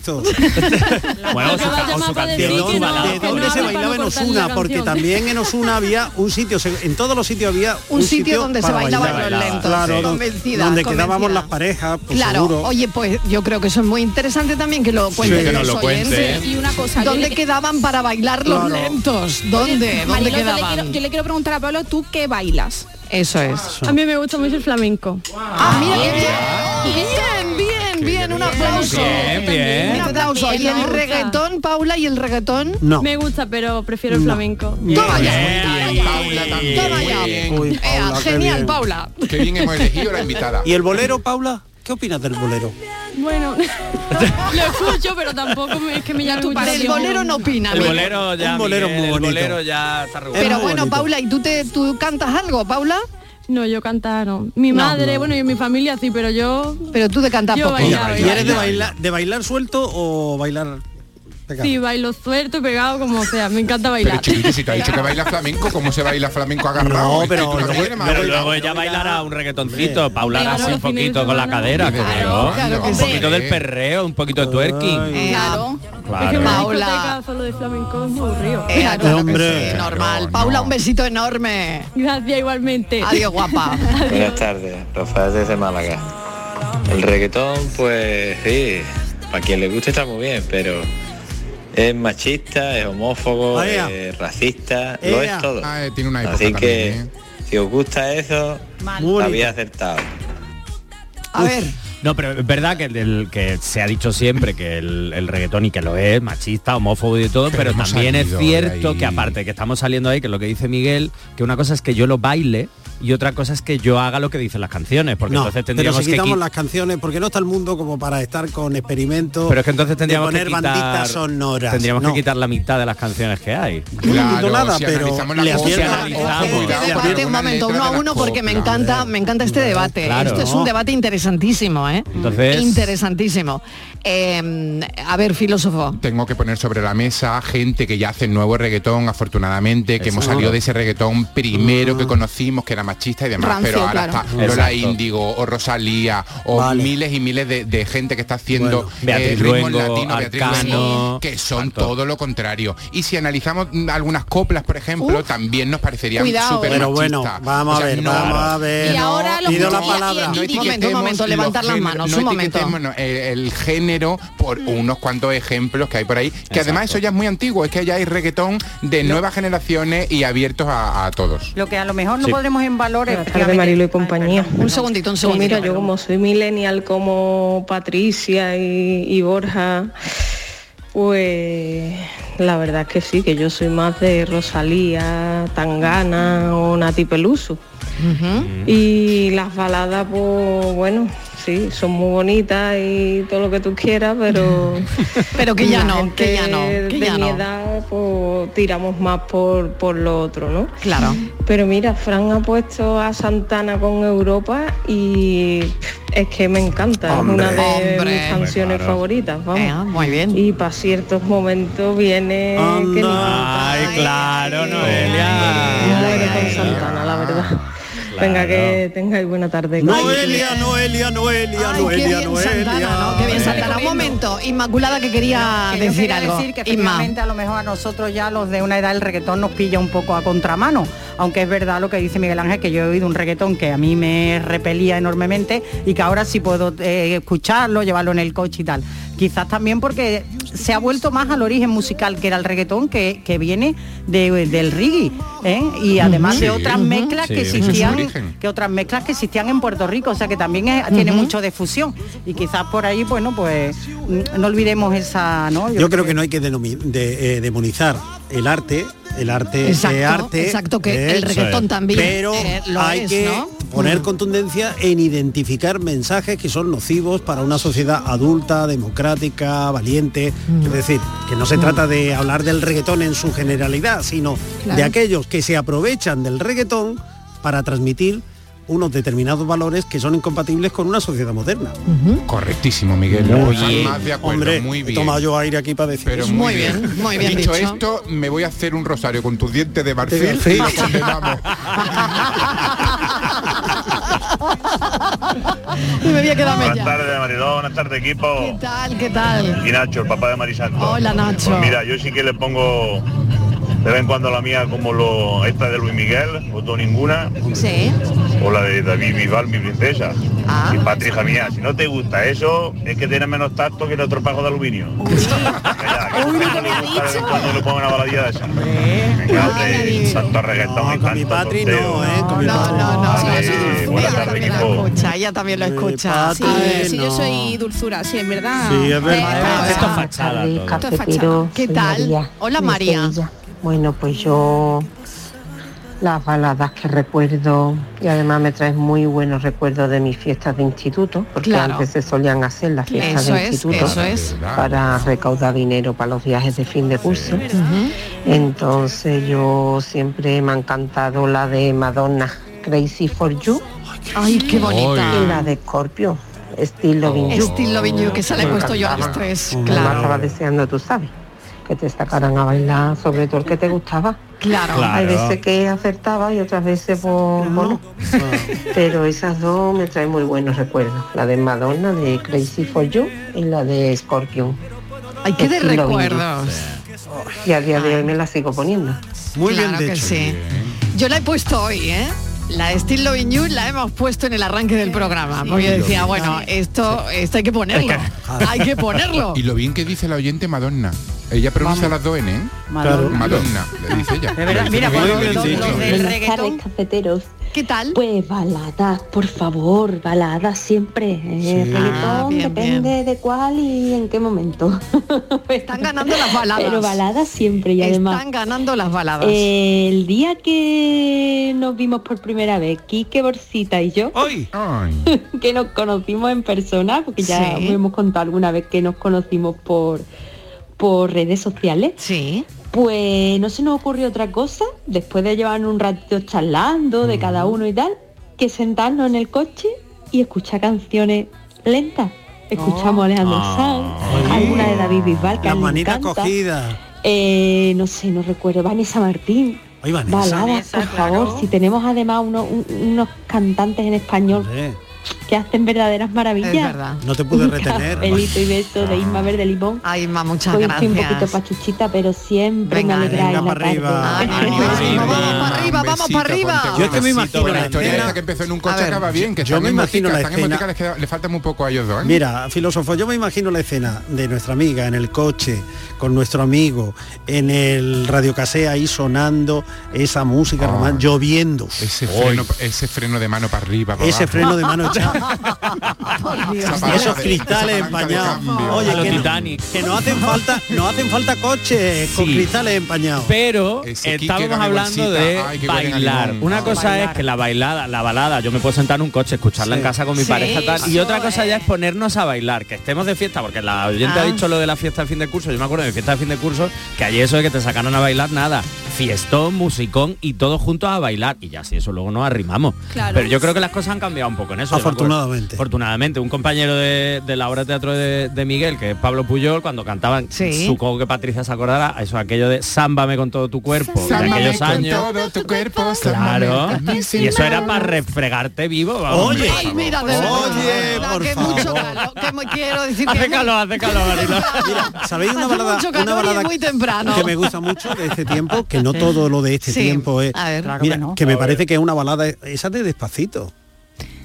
Bueno,
Ah,
o su, ca- o su canción, su balada.
¿De dónde se bailaba en Osuna? Porque también en Osuna había un sitio, se- en todos los sitios había
Un sitio donde se
para
bailaban
bailar.
los lentos,
Claro,
sí.
don-
Convencida,
donde
convencida.
quedábamos las parejas, pues
claro,
seguro.
oye, pues yo creo que eso es muy interesante también que lo cuenten
que nos
los
lo cuente,
oyentes.
¿eh?
Y una cosa, yo
¿Dónde
le-
quedaban para bailar los
Claro.
lentos? ¿Dónde? ¿Dónde
Marilo, yo, le
quedaban?
quiero, yo le quiero preguntar a Pablo, ¿tú qué bailas?
Eso es.
A mí me gusta mucho el flamenco.
Ah, mira qué bien. Bien, bien, bien, un aplauso.
Bien, bien.
Un aplauso. ¿Y el reggaetón, Paula? ¿Y el reggaetón?
No.
Me gusta, pero prefiero el flamenco.
Toma ya.
Bien,
Paula también.
Toma ya.
Uy,
Ea,
Paula, qué
genial,
bien.
Paula.
Qué bien hemos elegido la invitada.
¿Y el bolero, Paula? ¿Qué opinas del bolero?
Bueno, lo escucho, pero tampoco me- es que me llame
Tu
mucho la
padre, el
atención.
bolero no opina.
El
mira.
bolero ya,
Un bolero
Miguel,
muy
el
bonito.
bolero ya está regular.
Pero bueno, Paula, ¿y tú te tú cantas algo, Paula?
No, yo cantar no. Mi
No.
madre, bueno, y mi familia sí, pero yo...
Pero tú te cantas
Yo
poco.
¿Y,
bailaba,
y eres de
bailaba.
bailar, de bailar suelto o bailar pegado?
Sí, bailo suelto y pegado como sea, me encanta
Pero
bailar.
chiquillo, si te ha dicho que baila flamenco, ¿cómo se baila flamenco agarrado?
No, pero
Tú no
luego-
tienes más
Pero
baila-
luego ella bailará un reggaetoncito, paulará
Claro,
así un
los fines de
poquito con la
semana.
cadera,
Claro,
claro.
claro que
un
sí.
poquito del perreo, un poquito de twerking.
Ea,
Claro.
Es que
Claro.
una
Paula.
discoteca solo de flamenco es muy aburrido.
ea, claro que
hombre.
sí, normal. Paula, un besito enorme.
Gracias igualmente.
Adiós, guapa.
Buenas tardes, Rafael desde Málaga. El reggaetón, pues sí, para quien le guste está muy bien, pero es machista, es homófobo,
Vaya.
es racista, lo
Ea.
es todo.
Ah, eh, tiene una época
Así que
también, ¿eh?
si os gusta eso,
Muy
había
bonito.
acertado.
A ver,
No, pero es verdad que, el, del- que se ha dicho siempre que el, el reggaetón y que lo es, machista, homófobo y de todo, pero,
hemos
también es
salido
cierto
de
que aparte que estamos saliendo ahí, que es lo que dice Miguel, que una cosa es que yo lo baile y otra cosa es que yo haga lo que dicen las canciones, porque
No,
entonces
pero
tendríamos
si
que...
quitamos
qui-
las canciones, porque no está el mundo como para estar con experimentos.
Pero es que entonces
de
tendríamos
poner
que quitar,
banditas sonoras.
tendríamos
No.
que quitar la mitad de las canciones que hay.
quito nada, pero le acierto-
Debate, un momento, uno a uno, porque me encanta, me encanta este debate.
Claro.
Esto es un debate interesantísimo, ¿eh?
Entonces-
Interesantísimo. Eh, a ver, filósofo.
Tengo que poner sobre la mesa gente que ya hace nuevo reggaetón, afortunadamente, que hemos
Exacto.
salido de ese reggaetón primero que conocimos, que era machista y demás,
Mm. Rancio,
pero ahora
claro.
está Lola
Exacto.
Índigo o Rosalía o
Vale.
miles y miles de, de gente que está haciendo eh,
Bueno. Beatriz
ritmos
Luengo,
latinos, Beatriz
Arcano,
Luengo, que son todo lo contrario. Y si analizamos mm, algunas coplas, por ejemplo, también nos parecerían
Cuidado.
súper
Pero bueno,
machistas.
vamos a ver, vamos a ver.
Y ahora lo
pido la
justifica-
palabra.
y- y- un momento, un momento,
los
levantar las
géneros,
manos,
no
un momento.
etiquetemos, no, el, el género por
Mm.
unos cuantos ejemplos que hay por ahí, que además eso ya es muy antiguo, es que ya hay reggaetón de nuevas generaciones y abiertos a, a todos.
Lo que a lo mejor no
Sí.
podremos en valores.
Buenas tardes, Marilo y compañía.
Un segundito, un segundito.
mira, yo como soy millennial, como Patricia y, y Borja, pues la verdad es que sí, que yo soy más de Rosalía, Tangana o Nati Peluso. Y las baladas, pues bueno, sí, son muy bonitas y todo lo que tú quieras, pero...
pero que ya
la
no, que
gente
ya no, que
de
ya
mi
no.
edad, pues tiramos más por, por lo otro, ¿no?
Claro.
Pero mira, Fran ha puesto a Santana con Europa y pff, es que me encanta,
Hombre.
es una de mis
Hombre.
canciones
Claro.
favoritas, vamos.
muy bien.
Y para ciertos momentos viene que ni-
Ay, claro, Noelia.
muero con Santana, la verdad. Venga, que tengáis buena tarde.
Noelia, Noelia, Noelia,
Ay, qué
Noelia,
bien,
Noelia.
Santana,
Qué bien, Santana. Un momento, Inmaculada, que quería
Que yo
decir
quería
algo.
decir que
Inma.
efectivamente a lo mejor a nosotros ya los de una edad el reggaetón nos pilla un poco a contramano, aunque es verdad lo que dice Miguel Ángel, que yo he oído un reggaetón que a mí me repelía enormemente y que ahora sí puedo eh, escucharlo, llevarlo en el coche y tal. Quizás también porque se ha vuelto más al origen musical que era el reggaetón que, que viene de- del reggae ¿eh? y además de
Ujú.
otras
Sí,
mezclas que
ujú. Sí, ese es su
existían
origen.
que otras mezclas que existían en Puerto Rico, o sea que también es- tiene mucho de fusión y quizás por ahí, bueno, pues mm, no olvidemos esa, ¿no?
Yo creo que no hay que denomi- de- eh, demonizar el arte, el arte de
Exacto,
arte.
exacto, que
Eso
el
es.
reggaetón también,
Pero
eh, lo
hay
es,
que
¿no? Mm.
poner contundencia en identificar mensajes que son nocivos para una sociedad adulta, democrática, valiente.
Mm.
Es decir, que no se trata de hablar del reggaetón en su generalidad, sino
Claro.
de aquellos que se aprovechan del reggaetón para transmitir unos determinados valores que son incompatibles con una sociedad moderna.
Correctísimo, Miguel.
Muy
Pues,
bien.
más de acuerdo,
Hombre,
muy
he
bien.
tomado yo aire aquí para decir
Pero
eso.
muy bien,
muy bien
dicho,
dicho.
esto, me voy a hacer un rosario con tus dientes de marfil.
marfil.
y vamos.
Y me voy a quedar
Buenas
bella.
tardes, Mariló, buenas tardes, equipo.
¿Qué tal? ¿Qué tal?
Y Nacho, el papá de Marisanto.
Hola, Nacho.
Pues mira, yo sí que le pongo de vez en cuando la mía como lo, esta de Luis Miguel, o tú ninguna,
Sí. Ah.
o la de David Vival, mi princesa. Y
Ah.
Patricia mía, si no te gusta eso, es que tiene menos tacto que el otro pajo de aluminio. Cuando le pongo una baladilla de esa. Venga, hombre, tanto reggaetón y tanto
Patri no,
tonteo.
¿eh? Con mi
No,
Patri.
no, no. sí,
Vale,
sí, sí,
buenas
ella
tardes,
también lo
equipo.
escucha, ella también lo escucha.
Sí,
Sí,
Patri,
Sí,
no.
yo soy dulzura, sí, en verdad.
Sí, es verdad.
Eh,
Esto es
ah,
fachada
Carlos,
todo.
esto es fachada.
Cafetero.
¿Qué
Soy
tal?
María,
Hola
de
María.
Sevilla. Bueno, pues yo las baladas que recuerdo y además me traes muy buenos recuerdos de mis fiestas de instituto, porque
Claro.
antes se solían hacer las fiestas
Eso
de
es,
instituto
eso es.
para recaudar dinero para los viajes de fin de curso. Entonces yo siempre me ha encantado la de Madonna, Crazy for You.
Ay, qué bonita.
Y la de Scorpio, Estilo Vinyu.
Estilo Vinyu, que se la he
Me
puesto yo a
encantaba.
los tres.
Además,
Claro.
estaba deseando, tú sabes, que te sacaran a bailar, sobre todo el que te gustaba.
Claro.
Hay
Claro.
veces que acertaba y otras veces, pues, bueno. Pero esas dos me traen muy buenos recuerdos. La de Madonna, de Crazy for You, y la de Scorpion.
Ay, qué de
Estilo Vinyu.
recuerdos.
Y a día de hoy me la sigo poniendo.
Muy bien Claro que hecho. sí. Yo la he puesto hoy, ¿eh? La Still Loving You la hemos puesto en el arranque del programa, porque
Sí.
decía, bueno, esto, esto hay que ponerlo, hay que ponerlo.
Y lo bien que dice la oyente Madonna. Ella pronuncia las dos N, ¿eh?
Madonna.
Madonna, le dice ella.
verdad,
Lo dice
mira,
muy bien,
cuando
lo dice
los-
ella.
los del Buenas reggaetón- tardes, cafeteros.
¿Qué tal?
Pues baladas, por favor, baladas siempre. eh,
Sí.
reggaetón,
Ah, bien,
depende de cuál y en qué momento.
Están ganando las baladas.
Pero baladas siempre y además.
Están ganando las baladas.
Eh, el día que nos vimos por primera vez, Quique Borsita y yo, que nos conocimos en persona, porque ya
Sí.
os hemos contado alguna vez que nos conocimos por, por redes sociales.
Sí.
Pues no se nos ocurrió otra cosa, después de llevar un ratito charlando
Mm.
de cada uno y tal, que sentarnos en el coche y escuchar canciones lentas.
Oh.
Escuchamos a Alejandro Sanz, alguna de David Bisbal, que a
Ah. Las
él le
manitas
encanta.
cogidas.
Eh, no sé, no recuerdo, Vanessa Martín.
Ay, Vanessa.
Baladas,
Vanessa,
por favor, si tenemos además uno- un- unos cantantes en español que hacen verdaderas maravillas.
Es verdad. No te pude
Un
retener.
cafelito y beso de Isma Verde Limón.
Ay, Isma, muchas
Hoy estoy un
gracias.
poquito pachuchita, pero siempre me alegráis la tarde.
arriba, vamos para arriba.
Yo es que me imagino
la
la
historia
escena-
esta que empezó en un coche
A ver,
acaba bien, que
yo
están
me
en
imagino
botica,
la
están en
escena-
botica, les queda- le falta muy poco a ellos dos. ¿eh?
Mira, filósofo, yo me imagino la escena de nuestra amiga en el coche, con nuestro amigo, en el radiocasé ahí sonando esa música romántica, lloviendo.
Ese freno, ese freno de mano para arriba. para
Ese
abajo.
freno de mano echada. Esos
de-
cristales
esa palanca de
empañados.
cambio.
Oye,
A lo
que no,
Titanic.
que no hacen falta, no hacen falta coches con
Sí.
cristales empañados.
Pero
Ese Quique
estábamos
Gane
hablando
Bolsita,
de
ay, que huelen a
bailar.
limón. Ah,
Una cosa
Bailar.
es que la bailada, la balada, yo me puedo sentar en un coche, escucharla
Sí.
en casa con mi
Sí,
pareja tal. Y
eso
otra cosa ya es ponernos a bailar, que estemos de fiesta, porque la oyente
Ah.
ha dicho lo de la fiesta de fin de curso. Yo me acuerdo de mi fiesta de fin de curso, que allí eso de que te sacaron a bailar, nada. Fiestón, musicón y todos juntos a bailar. Y ya si eso luego nos arrimamos.
Claro.
Pero yo creo que las cosas han cambiado un poco en eso. Yo me acuerdo-
Afortunadamente.
Afortunadamente, un compañero de, de la obra de teatro de, de Miguel, que es Pablo Puyol, cuando cantaban,
Sí.
supongo que Patricia se acordará, eso aquello de Sámbame con todo tu cuerpo, de
Sámame
aquellos
con
años.
todo tu cuerpo, sámame.
Claro.
También sin
Y eso era
nada.
para refregarse vivo. vamos,
Oye,
por favor.
Mira, de verdad, de verdad, que mucho calor, que me quiero decir que
Hace calor, hace calor, Marilo.
¿Sabéis una
Hace
balada,
mucho
una
calor y
balada
es muy temprano.
que me gusta mucho de este tiempo? Que no todo lo de este
Sí.
tiempo es...
A ver. Claro que
Mira,
no.
que me
A ver.
parece que es una balada, esa de Despacito.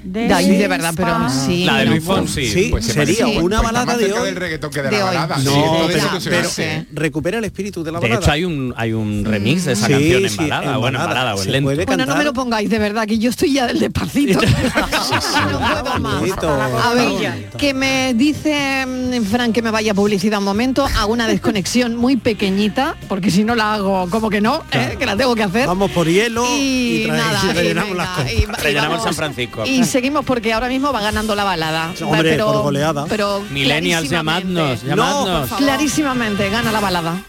De, ahí, de verdad,
Ah.
pero sí.
La de
no,
Luis
pues-
Fonsi. Sí, sería
Pues
una
está más
balada de
cerca
hoy.
del reggaetón que de,
De
la
hoy.
balada.
No,
Sí, esto
pero-
es impresionante.
pero- Recupera el espíritu de la
De
balada.
hecho, hay un, hay un remix de esa
Sí,
canción en
sí,
balada,
en
bueno, en
balada.
balada o en
Se
lento.
puede
Bueno, no me lo pongáis de verdad, que yo estoy ya del despacito. A ver, que me dice mm, Fran que me vaya a publicidad un momento, hago una desconexión muy pequeñita, porque si no la hago como que no, ¿eh? que la tengo que hacer.
Vamos por hielo
y,
y, trae-
nada,
y
y
rellenamos
venga,
las copas.
y-
Rellenamos el San Francisco.
Y seguimos porque ahora mismo va ganando la balada.
Hombre,
pero,
por goleada.
Pero
Millennials, llamadnos,
clarísimamente-
llamadnos. por favor.
Clarísimamente gana la balada.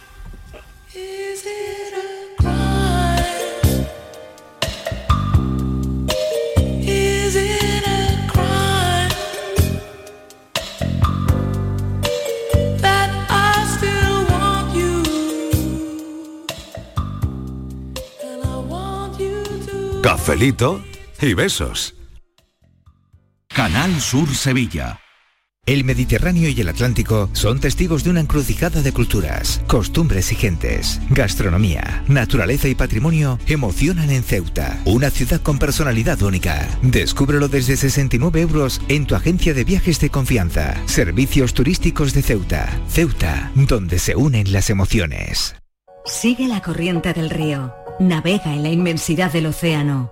Is it a crime that I still want you? And I want you to.
Cafelito y besos.
Canal Sur Sevilla. El Mediterráneo y el Atlántico son testigos de una encrucijada de culturas, costumbres y gentes. Gastronomía, naturaleza y patrimonio emocionan en Ceuta, una ciudad con personalidad única. Descúbrelo desde 69 euros en tu agencia de viajes de confianza. Servicios turísticos de Ceuta. Ceuta, donde se unen las emociones.
Sigue la corriente del río, navega en la inmensidad del océano,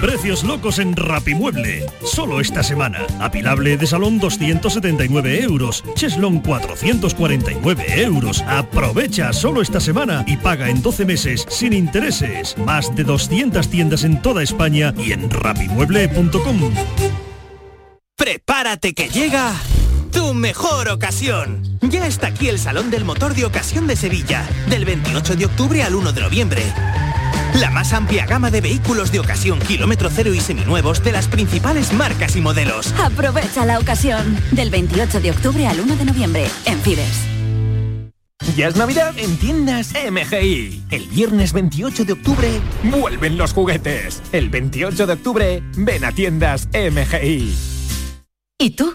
Precios locos en Rapimueble. Solo esta semana. Apilable de salón 279 euros. Cheslon 449 euros. Aprovecha solo esta semana y paga en 12 meses sin intereses. Más de 200 tiendas en toda España y en rapimueble.com.
Prepárate que llega tu mejor ocasión. Ya está aquí el Salón del Motor de Ocasión de Sevilla, del 28 de octubre al 1 de noviembre. La más amplia gama de vehículos de ocasión kilómetro cero y seminuevos de las principales marcas y modelos.
Aprovecha la ocasión. Del 28 de octubre al 1 de noviembre, en Fides.
Ya es Navidad en tiendas MGI. El viernes 28 de octubre vuelven los juguetes. El 28 de octubre ven a tiendas MGI.
¿Y tú?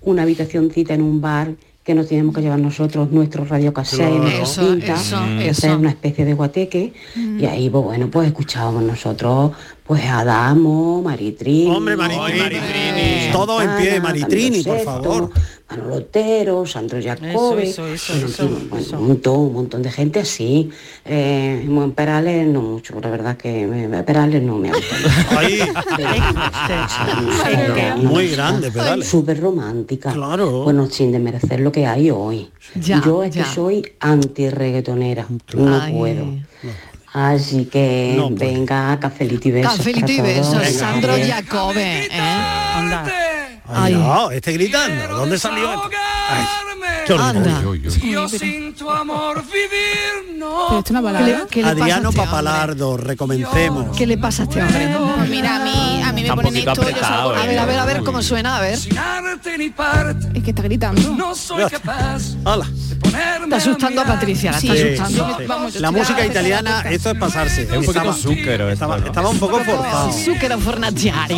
una habitacioncita en un bar que nos teníamos que llevar nosotros nuestro radio cassette,
Claro.
nuestra
Eso,
cinta,
eso,
hacer
eso. Mm.
una especie de guateque y ahí pues bueno pues escuchábamos nosotros pues Adamo, Maritrini,
Hombre, Maritrini.
Maritrini.
Todo en pie, Maritrini, por favor.
Manolo Otero, Sandro Jacobi,
eso, eso,
bueno,
eso,
un- bueno, un montón, un montón de gente así. Eh, bueno, en Perales no mucho, la verdad que me- Perales no me gusta.
Muy grande,
Perales. Súper romántica.
Claro.
Bueno, sin demerecer lo que hay hoy. Ya, Yo es ya. que soy anti-reggaetonera, no Ay. puedo. Así que No puede. venga, cafelito y besos.
Cafelito
para
y
todos.
besos,
Venga,
Sandro
bien.
Jacobe. ¿eh?
Ay, no, este gritando. ¿Dónde salió esto? Ay, qué horror.
Anda.
Yo sin tu amor vivir no. puedo.
Adriano Papalardo, recomencemos.
este ¿Qué le pasa a este hombre?
Pues mira, a mí, a mí me
Está un
ponen
poquito
esto. yo
apretado, eh.
salgo- a ver, a ver, a ver.
ver cómo suena, a ver.
Es que está gritando.
No soy capaz.
Hola.
Está asustando a Patricia, la está
Sí,
asustando.
sí.
Vamos, yo
La
estoy-
música italiana, esto es pasarse.
Es un poquito zúquero esto,
estaba,
¿no?
estaba un poco forzado.
Zucchero Fornaciari.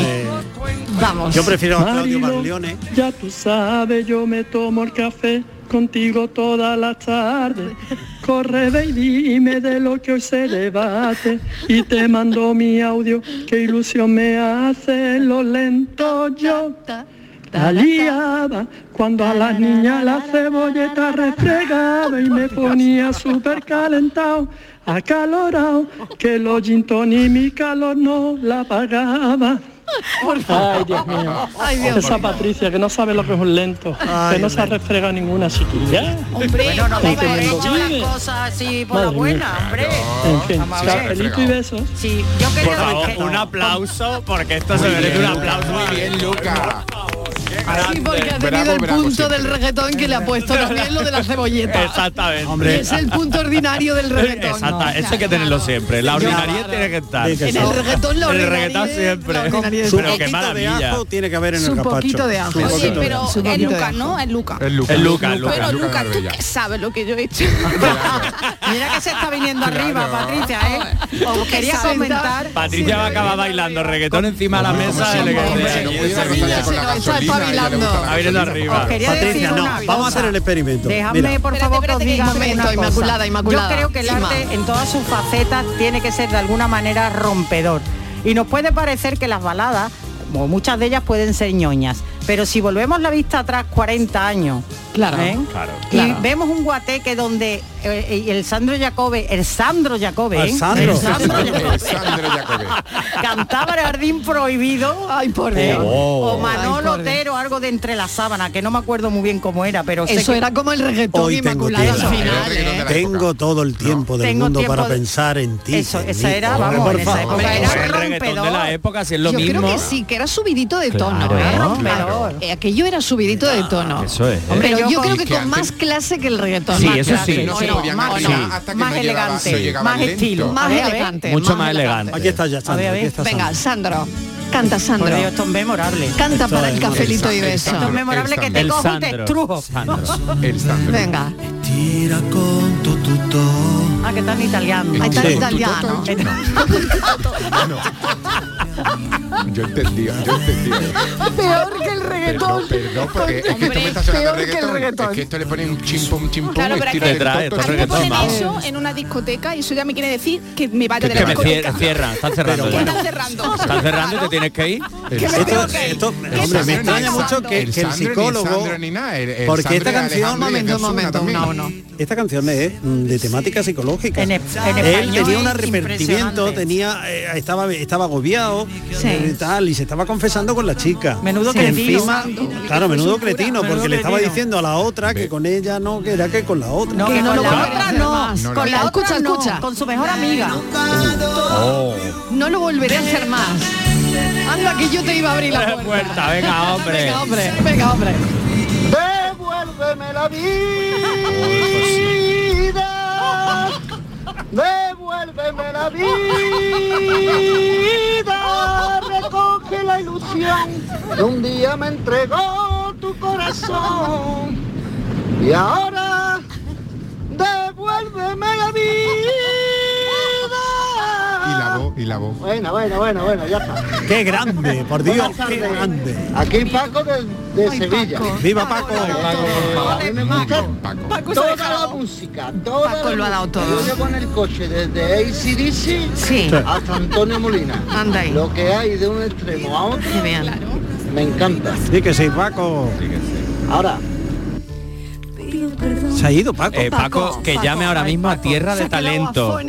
Vamos.
Yo prefiero a Claudio
Marilo,
Marlione.
Ya tú sabes, yo me tomo el café contigo todas las tardes. Corre, ve y dime de lo que hoy se debate. Y te mando mi audio, que ilusión me hace lo lento yo. La liaba cuando a las niñas la cebolleta refregaba y me ponía súper calentado, acalorado, que los gin tonic mi calor no la pagaba. Ay, Dios mío.
Ay, Dios
Esa
mío.
Patricia que no sabe lo que es un lento, que no se ha refregado ninguna chiquilla.
Bueno, no
Que
me
me
parece
convive.
las cosas así por la
Madre
buena,
mía.
hombre.
En fin,
Vamos a ver.
cafelito y besos.
Sí, yo
Por
quería
favor, un aplauso, porque esto se merece un aplauso. Muy bien, Luca.
Sí, porque ha tenido el punto del reggaetón que le ha puesto también lo de la cebolleta.
Exactamente.
Y es el punto ordinario del reggaetón.
Eh, Exacta, eso hay que tenerlo siempre. La ordinariedad tiene que estar.
En el reggaetón la
En el
ordinariedad-
reggaetón siempre.
ordinariedad
Pero
siempre.
qué
Su poquito de
maravilla.
ajo tiene que haber en el
Su
gazpacho.
poquito de ajo.
Su
Oye,
poquito de
Pero
ajo.
es Lucas, ¿no? Es Lucas.
Es Lucas.
Es Lucas, Lucas.
Pero
Lucas
Lucas, ¿tú
Garbella.
qué sabes lo que yo he hecho?
Mira que se está viniendo arriba, Patricia, ¿eh?
Tú
Os
qué
quería
sabes,
comentar.
Patricia va a acabar bailando reggaetón encima de la mesa.
pues sí, pues
de-
hombre,
de-
si no
de-
pudiera
de-
rozarse con la gasolina,
Está
a ella le gusta la
espabilando. Va viniendo
gasolina.
arriba.
Os quería Patricia,
decir
no,
una
vamos a
cosa.
hacer el experimento.
Déjame,
Mira.
por favor, que os diga
un momento,
una cosa.
Inmaculada, Inmaculada.
Yo creo que el
Inma.
arte en todas sus facetas tiene que ser de alguna manera rompedor. Y nos puede parecer que las baladas, o muchas de ellas, pueden ser ñoñas. Pero si volvemos la vista atrás 40 años, ¿eh?
Claro.
Y vemos un guateque donde eh, el Sandro Jacobe, el Sandro Jacobe, ¿eh?
Al Sandro.
El Sandro Jacobe
Sandro Jacobe.
cantaba el jardín prohibido. Ay, por
Dios.
O
Oh. Ay,
Manolo
por Dios.
Otero, algo de entre la sábana, que no me acuerdo muy bien cómo era, pero sé
Eso
que-
era como el reggaetón
Hoy tengo
inmaculado
tiempo.
al final. ¿eh?
Tengo todo el tiempo del
Tengo
mundo
tiempo
para
de-
pensar en ti.
Eso,
Genito.
esa era,
Hombre,
vamos,
por
en esa
favor.
época era
El reggaetón de la época, si es lo
Yo
mismo.
creo que sí, que era subidito de tono,
Claro,
¿eh?
claro.
Claro. Eh, Aquello era subidito de tono.
Eso es.
Hombre,
¿eh?
pero yo,
Y
creo que,
que
con
antes-
más clase que el reggaetón.
Sí, eso sí.
No, no, más- no,
más elegante, más estilo,
Más elegante.
Mucho más elegante.
Aquí está ya, Sandro. aquí está
Venga, Sandro. Canta Sandro.
Por Dios, esto es memorable.
Canta
Esto
para
es
el cafelito y
memorable.
beso.
Esto es memorable que te cojo y te estrujo.
El Sandro.
Venga.
Tira con tu tutto.
Ah, que está en italiano.
Ah, está en Sí. italiano.
Yo entendí, yo entendí.
Peor que el
Perdón,
reggaetón.
perdón, porque es que esto me está sonando reggaetón. Es que esto le ponen un chimpum, chimpum.
Claro, pero es
estilo
que-
del
Te trae,
toto,
esto es
chimpum,
reggaetón,
chimpum.
Eso en una discoteca y eso ya me quiere decir que me vaya
Que
de la
me
discoteca.
cier- cierran, están cerrando
Que
ya.
están cerrando.
Están cerrando y te tienes que ir.
Que me tengo que ir. esto-
Que
hombre,
Sandro
me
ni
extraña
Sandro.
mucho que,
El
que el
Sandro ni
psicólogo.
Sandro ni nada, el- el
porque
Sandro
esta
de
canción.
Alejandro y de Un momento, un Ozuna momento, también.
Esta canción es mm, de temática psicológica.
En es- en
Él
español
tenía un
es
arrepentimiento,
impresionante.
tenía, eh, estaba, estaba agobiado eh, tal, y se estaba confesando con la chica.
Menudo
Sí.
cretino.
Encima, claro, menudo cretino, porque
Menudo
le estaba
cretino.
diciendo a la otra que con ella no, que era que con la otra.
No, que con la otra no,
No, no,
con la otra
no. Escucha,
no,
escucha.
con su mejor amiga.
Oh.
No lo volveré a hacer más. Anda que yo te iba a abrir la
Abre
puerta.
puerta, venga, hombre.
Venga, hombre, venga, hombre.
Devuélveme la vida. Devuélveme la vida. Recoge la ilusión que un día me entregó tu corazón. Y ahora devuélveme la vida.
Y la voz, y la voz.
Bueno, bueno, bueno, bueno, ya está.
Qué grande, por Dios,
Buenas
qué
tardes.
grande.
Aquí Paco de, de Sevilla.
Viva Paco.
Paco toda la música, toda
Paco
la
lo ha dado
música.
todo.
Yo llevo en el coche desde ACDC
Sí.
hasta Antonio Molina.
Anda ahí.
Lo que hay de un extremo a otro me encanta.
Sí que sí, Paco.
Ahora,
Se ha ido Paco.
Eh, Paco, que llame ahora mismo a Tierra de Talento.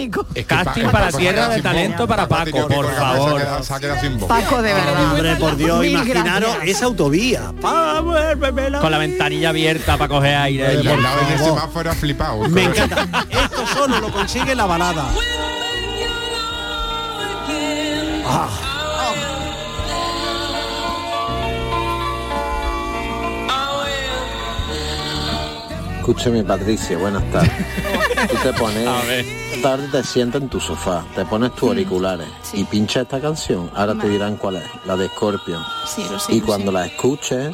Casting
Paco
para
se ha
Tierra
quedado
de
sin voz.
Talento para
Paco ha tenido
Paco,
que
por
colgar, se ha
favor.
quedado- se ha quedado sin voz.
Paco de verdad.
Hombre, por Dios,
Mil
imaginaros
gracias.
esa autovía. Pa- vuélveme la
Con eh, la ventanilla abierta para coger aire.
El
por
lado del
favor.
semáforo ha flipado.
Me encanta. Esto solo lo consigue la balada. Ah,
Escúcheme, Patricia, buenas tardes. Tú te pones, tarde te sientas en tu sofá, te pones tus auriculares y pincha esta canción. Ahora te dirán cuál es, la de Scorpion.
Sí, lo sé,
y
lo
cuando la escuches,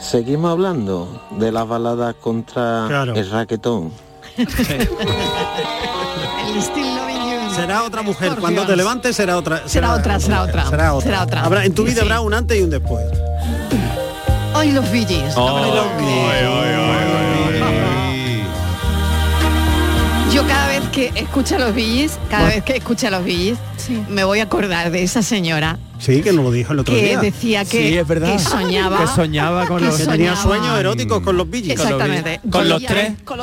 seguimos hablando de las baladas contra el raquetón.
El Still Loving You.
Será otra mujer.
Por
Cuando
Dios.
te levantes será otra.
Será otra, será otra.
Será otra.
Será otra.
Habrá- en tu
Sí,
vida
sí.
habrá un antes y un después.
Hoy los VGs. Yo cada vez que escucho a los Billys, cada vez que escucho a los Billys, me voy a acordar de esa señora
Sí, que nos lo dijo el otro
que
día.
decía que,
Sí, es verdad.
que soñaba
Que soñaba con
que
los- que tenía
soñaba-
sueños eróticos con los Billys.
Exactamente. Yo ya- Con los tres.
con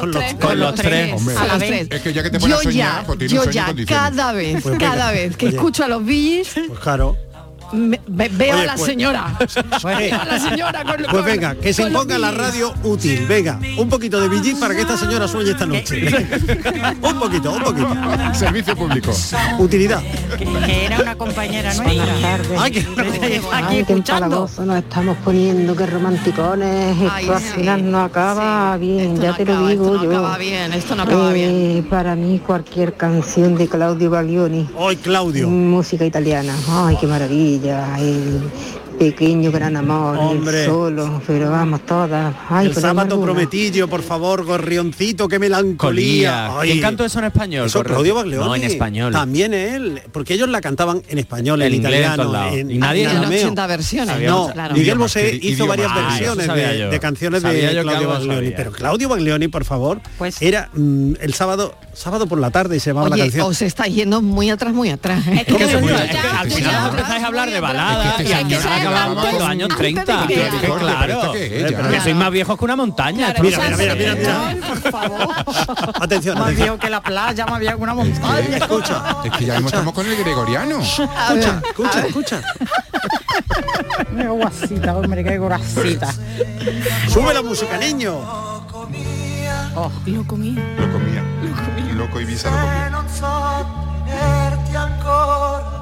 los tres. Hombre.
A los tres.
Es que ya que te pones
yo
a soñar,
ya,
pues tiene un
yo
sueño en
ya
condiciones.
cada vez,
Pues venga.
cada vez que
Oye.
escucho a los Billys,
Pues claro.
me- ve- veo
Oye,
a la
pues-
señora. Veo a la señora con
Pues venga, que se
con los
imponga la
niños.
radio útil. Venga, un poquito de billit para que esta señora sueñe esta noche. un poquito, un poquito. Servicio público. Utilidad.
Que era una compañera nuestra.
Ay, que-
Aquí
Ay, qué
escuchando.
empalagoso nos estamos poniendo, qué romanticones.
Ay,
esto al final
sí,
no acaba bien, ya te lo digo
Esto no
yo.
acaba bien, esto no acaba bien.
Eh, Para mí cualquier canción de Claudio Baglioni.
Hoy Claudio.
Música italiana. Ay, qué maravilla. El pequeño gran amor,
Hombre.
el solo, pero vamos todas. Ay,
el
por ahí
sábado
alguna.
prometido, por favor, gorrioncito, qué melancolía.
Colía. ¿Quién cantó eso en español?
Eso,
Gorro-
Claudio Baglioni.
No, en español.
También él, porque ellos la cantaban en español, en,
En inglés, en todos
italiano,
lados.
en,
Y nadie-
en
En
arameo.
80 versiones,
No,
claro.
Miguel
Idiomas,
Bosé
qué
hizo varias
idiomas. Ah, eso
versiones
sabía
de,
yo.
de canciones
Sabía yo
de
que
Claudio
algo
Baglioni.
sabía.
Pero Claudio Baglioni, por favor, era mm, el sábado, sábado por la tarde se llamaba la
Oye,
canción.
os estáis yendo muy atrás, muy atrás. ¿eh?
Es que se puede- es que al final empezáis a hablar de baladas
este
y aquí
señor
nos
acaba
acabamos en
antes-
los años
antes de
30.
que llegara.
Que Claro,
Pero esto que es ella.
que sois más viejos que una montaña.
Claro, Mira, mira, mira, mira, Atención.
Más viejo que la playa, más viejo que una montaña.
Escucha.
Es que ya mismo estamos con el gregoriano.
A ver,
Escucha, escucha, escucha.
Qué guasita, hombre, qué guasita.
Sube la música, niño.
Lo comí.
Lo comía. Loco Ibiza lo comía.
non so tenerti ancora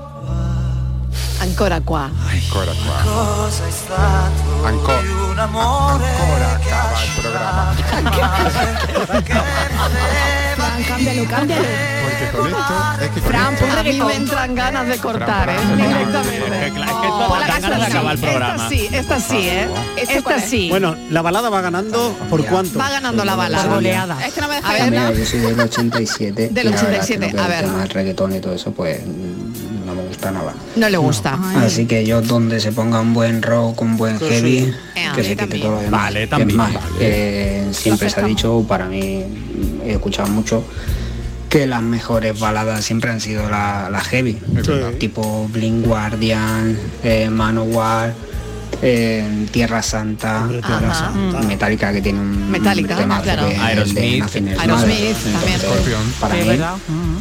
Ancora qua.
Ancora qua.
cosa è stato
Ancora.
un amore
Acaba el programa.
Fran, cámbialo, cámbialo.
Porque con esto es que con
Fran,
esto-
a mí me entran ganas de cortar, ¿eh? Directamente.
Hola, dan ganas de
esta
acabar el
sí,
programa.
Esta sí, esta sí, ¿eh? ¿Este Esta cuál es? sí.
Bueno, la balada va ganando por cuánto.
Va ganando la bala.
Por goleada.
Este no me deja
A ver,
ganar.
Mira, yo soy del 87.
Del
y la verdad
87,
que lo que
a
es
ver.
el tema del reggaetón y todo eso, pues mm, no me gusta nada.
No le gusta.
Así que yo donde se ponga un buen rock, un buen
Sí,
heavy,
sí. Eh,
que
sí,
se quite
también.
todo lo demás.
Vale,
Es
también,
más,
vale.
eh, siempre se ha dicho, para mí, he escuchado mucho, que las mejores baladas siempre han sido las la heavy. Tipo Blink Guardian, eh, Manowar. eh, Tierra Santa,
Tierra Ajá. Santa.
Metallica que tiene un
Metallica,
tema
claro.
Aerosmith,
Aerosmith también.
para
Sí,
mí,
¿verdad?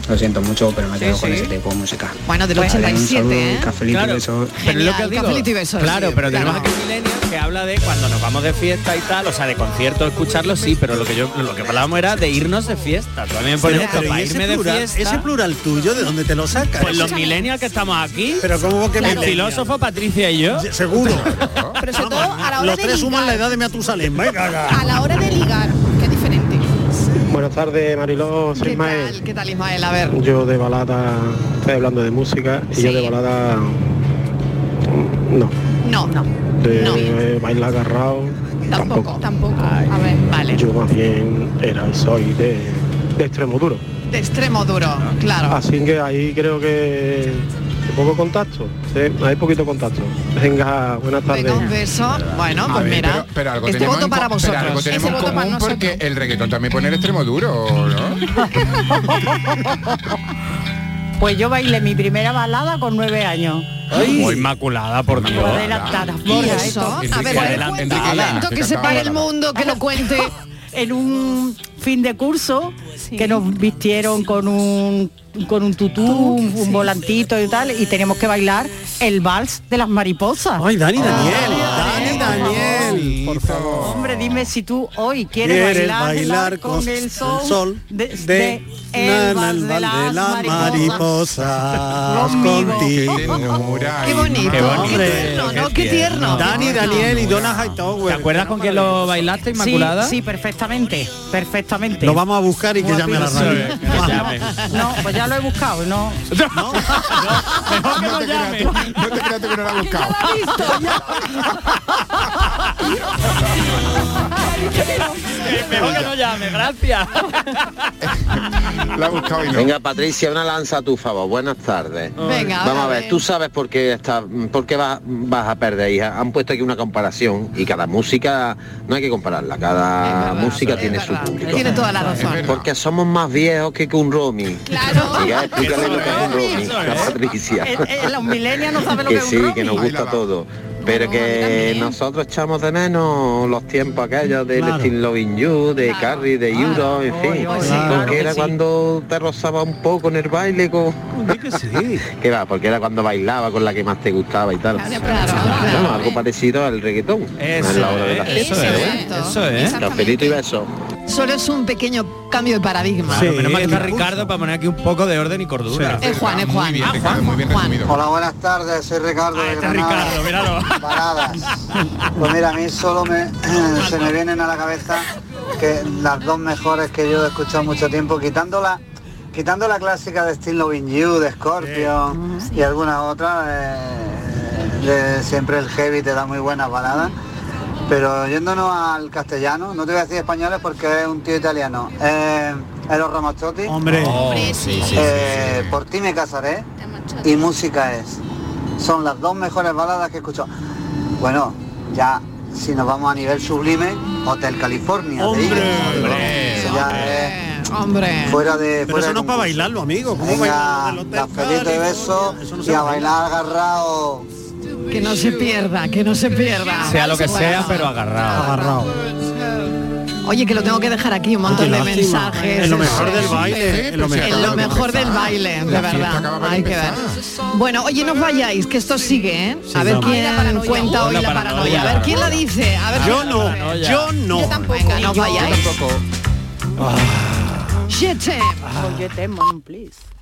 lo siento mucho, pero me
Sí,
quedo con
sí.
ese tipo de música.
Bueno, del
Vale, un
87,
saludo,
¿eh?
cafelito,
Claro,
besos.
pero es lo que os digo.
Cafelito y besos,
Claro,
sí,
pero tenemos
claro.
aquel milenio que habla de cuando nos vamos de fiesta y tal, o sea, de concierto, escucharlo sí, pero lo que yo lo que hablábamos era de irnos de fiesta. Tú a mí me pones
Pero-
esto
pero
para
¿y ese
irme de
plural- Ese
fiesta.
plural tuyo, ¿de dónde te lo sacas?
Pues los millennials que estamos aquí.
Pero cómo que
el
millennials?
filósofo Patricia y yo.
Seguro.
Pero sobre todo a la hora
Los
de
tres
ligar.
suman la edad de Matusalén. Venga,
A la hora de ligar, que es diferente.
Buenas tardes, Mariló, soy Ismael.
¿Qué tal, Ismael? A ver.
Yo de balada, estoy hablando de música, y yo de balada, no.
No, no.
De eh, bailar agarrado,
Tampoco, tampoco. A ver, vale.
yo más bien era y soy de, de extremo duro.
De extremo duro, claro.
Así que ahí creo que poco contacto, sí, hay poquito contacto. Venga, buenas tardes.
Venga, un beso. Bueno,
A
pues
ver,
mira.
pero- pero algo
este
tenemos
voto
en
para Este
co- pero
algo
algo
tenemos
Ese
en
voto
común
para
nosotros.
Porque el reggaetón también pone el extremo duro, ¿no?
Pues yo bailé mi primera balada con nueve años.
Muy inmaculada, por Dios.
Lo de la tarafona,
Y
esto.
eso, a ver, que a ver, adelante, cuenta, Enrique, cuenta, adelante, que sepa cantaba el la-
mundo que lo cuente.
en un fin de curso que nos vistieron con un con un tutú, un, un volantito y tal, y teníamos que bailar el vals de las mariposas. Ah.
Ay, Dani Daniel,
Dani
Daniel, por favor.
Hombre, dime si tú hoy quieres,
Quieres
bailar,
bailar
con,
con
el sol,
el sol
de,
de-
el
na, na,
vals de
el vals de
las
las mariposas
Conmigo.
contigo.
Qué
Qué bonito, qué tierno, ¿no? Qué tierno.
Dani, Daniel y Donna Hightower.
¿Te acuerdas con quién lo bailaste, Inmaculada?
Sí, sí, perfectamente, perfectamente.
Lo vamos a buscar y que
Guapísimo.
llame a la radio. Sí, que llame.
No, pues ya lo he buscado, no.
No,
mejor que no, llame.
No te creas tú que no la ha buscado.
Mejor que no llame, gracias.
Venga, Patricia, una lanza a tu favor. Buenas tardes.
Venga,
Vamos
a
a ver, tú sabes por qué, está, por qué vas, vas a perder, hija. Han puesto aquí una comparación y cada música, no hay que compararla, cada música tiene su público.
Tiene toda la razón.
Porque somos más viejos que un Romy. ¿eh?
Claro.
Ya, explícale lo que es un Romy, a Patricia.
Eh, eh, los millennials no saben lo que
que
es un
sí,
romi.
que nos gusta todo. Pero que nosotros echamos de menos los tiempos aquellos del
Claro.
Steam Loving You, de Carrie, de Euro, en fin.
oh, sí, claro
porque
que
era
sí.
cuando te rozaba un poco en el baile con...
que sí.
va, porque era cuando bailaba con la que más te gustaba y tal. Bueno, algo parecido al reggaetón.
Eso
en la hora de la
es,
fiesta,
eso
pero
es,
bueno.
eso es.
Los pelitos y besos.
Solo es un pequeño cambio de paradigma.
Claro, menos mal que está Ricardo para poner aquí un poco de orden y cordura.
Es Juan, es Juan.
Ah, Juan,
Hola, buenas tardes, soy Ricardo de Granada. Baladas. Pues mira, a mí solo me, se me vienen a la cabeza que las dos mejores que yo he escuchado mucho tiempo, quitando la, quitando la clásica de Still Loving You, de Scorpion y alguna otra, eh, de siempre el heavy te da muy buenas baladas. Pero yéndonos al castellano, no te voy a decir españoles porque es un tío italiano. Eh, Eros Ramazzotti.
Hombre.
Eh,
Oh, sí, sí,
Por ti me casaré. Y música es. Son las dos mejores baladas que he escuchado. Bueno, ya si nos vamos a nivel sublime, Hotel California. de Eagles. Eso ya es
Hombre.
Fuera de.
Pero
fuera de
eso no es para
concurso.
bailarlo, amigo. ¿Cómo
Venga,
bailar en el
las felices de beso y a bailar agarrado.
Que no se pierda, que no se pierda.
Sea lo que sea, pero agarrado.
Oye, que lo tengo que dejar aquí, un montón de
lástima.
mensajes. eh.
En lo
eso
mejor del
es.
baile, Sí, en lo pues mejor.
En lo mejor del baile, de
La fiesta
verdad.
acaba de
Hay que ver. Bueno, oye, no os vayáis, que esto sigue, ¿eh? A
Sí,
ver
vamos. Ay, la
quién
paranoia.
cuenta
Uh,
hoy
la
la
paranoia.
paranoia. A ver quién la dice. A ver
Yo
quién-
no, yo no. Yo tampoco.
Venga, no os vayáis.
Ah.
Jet Set.
Ah. Con Yetem, Mon, please.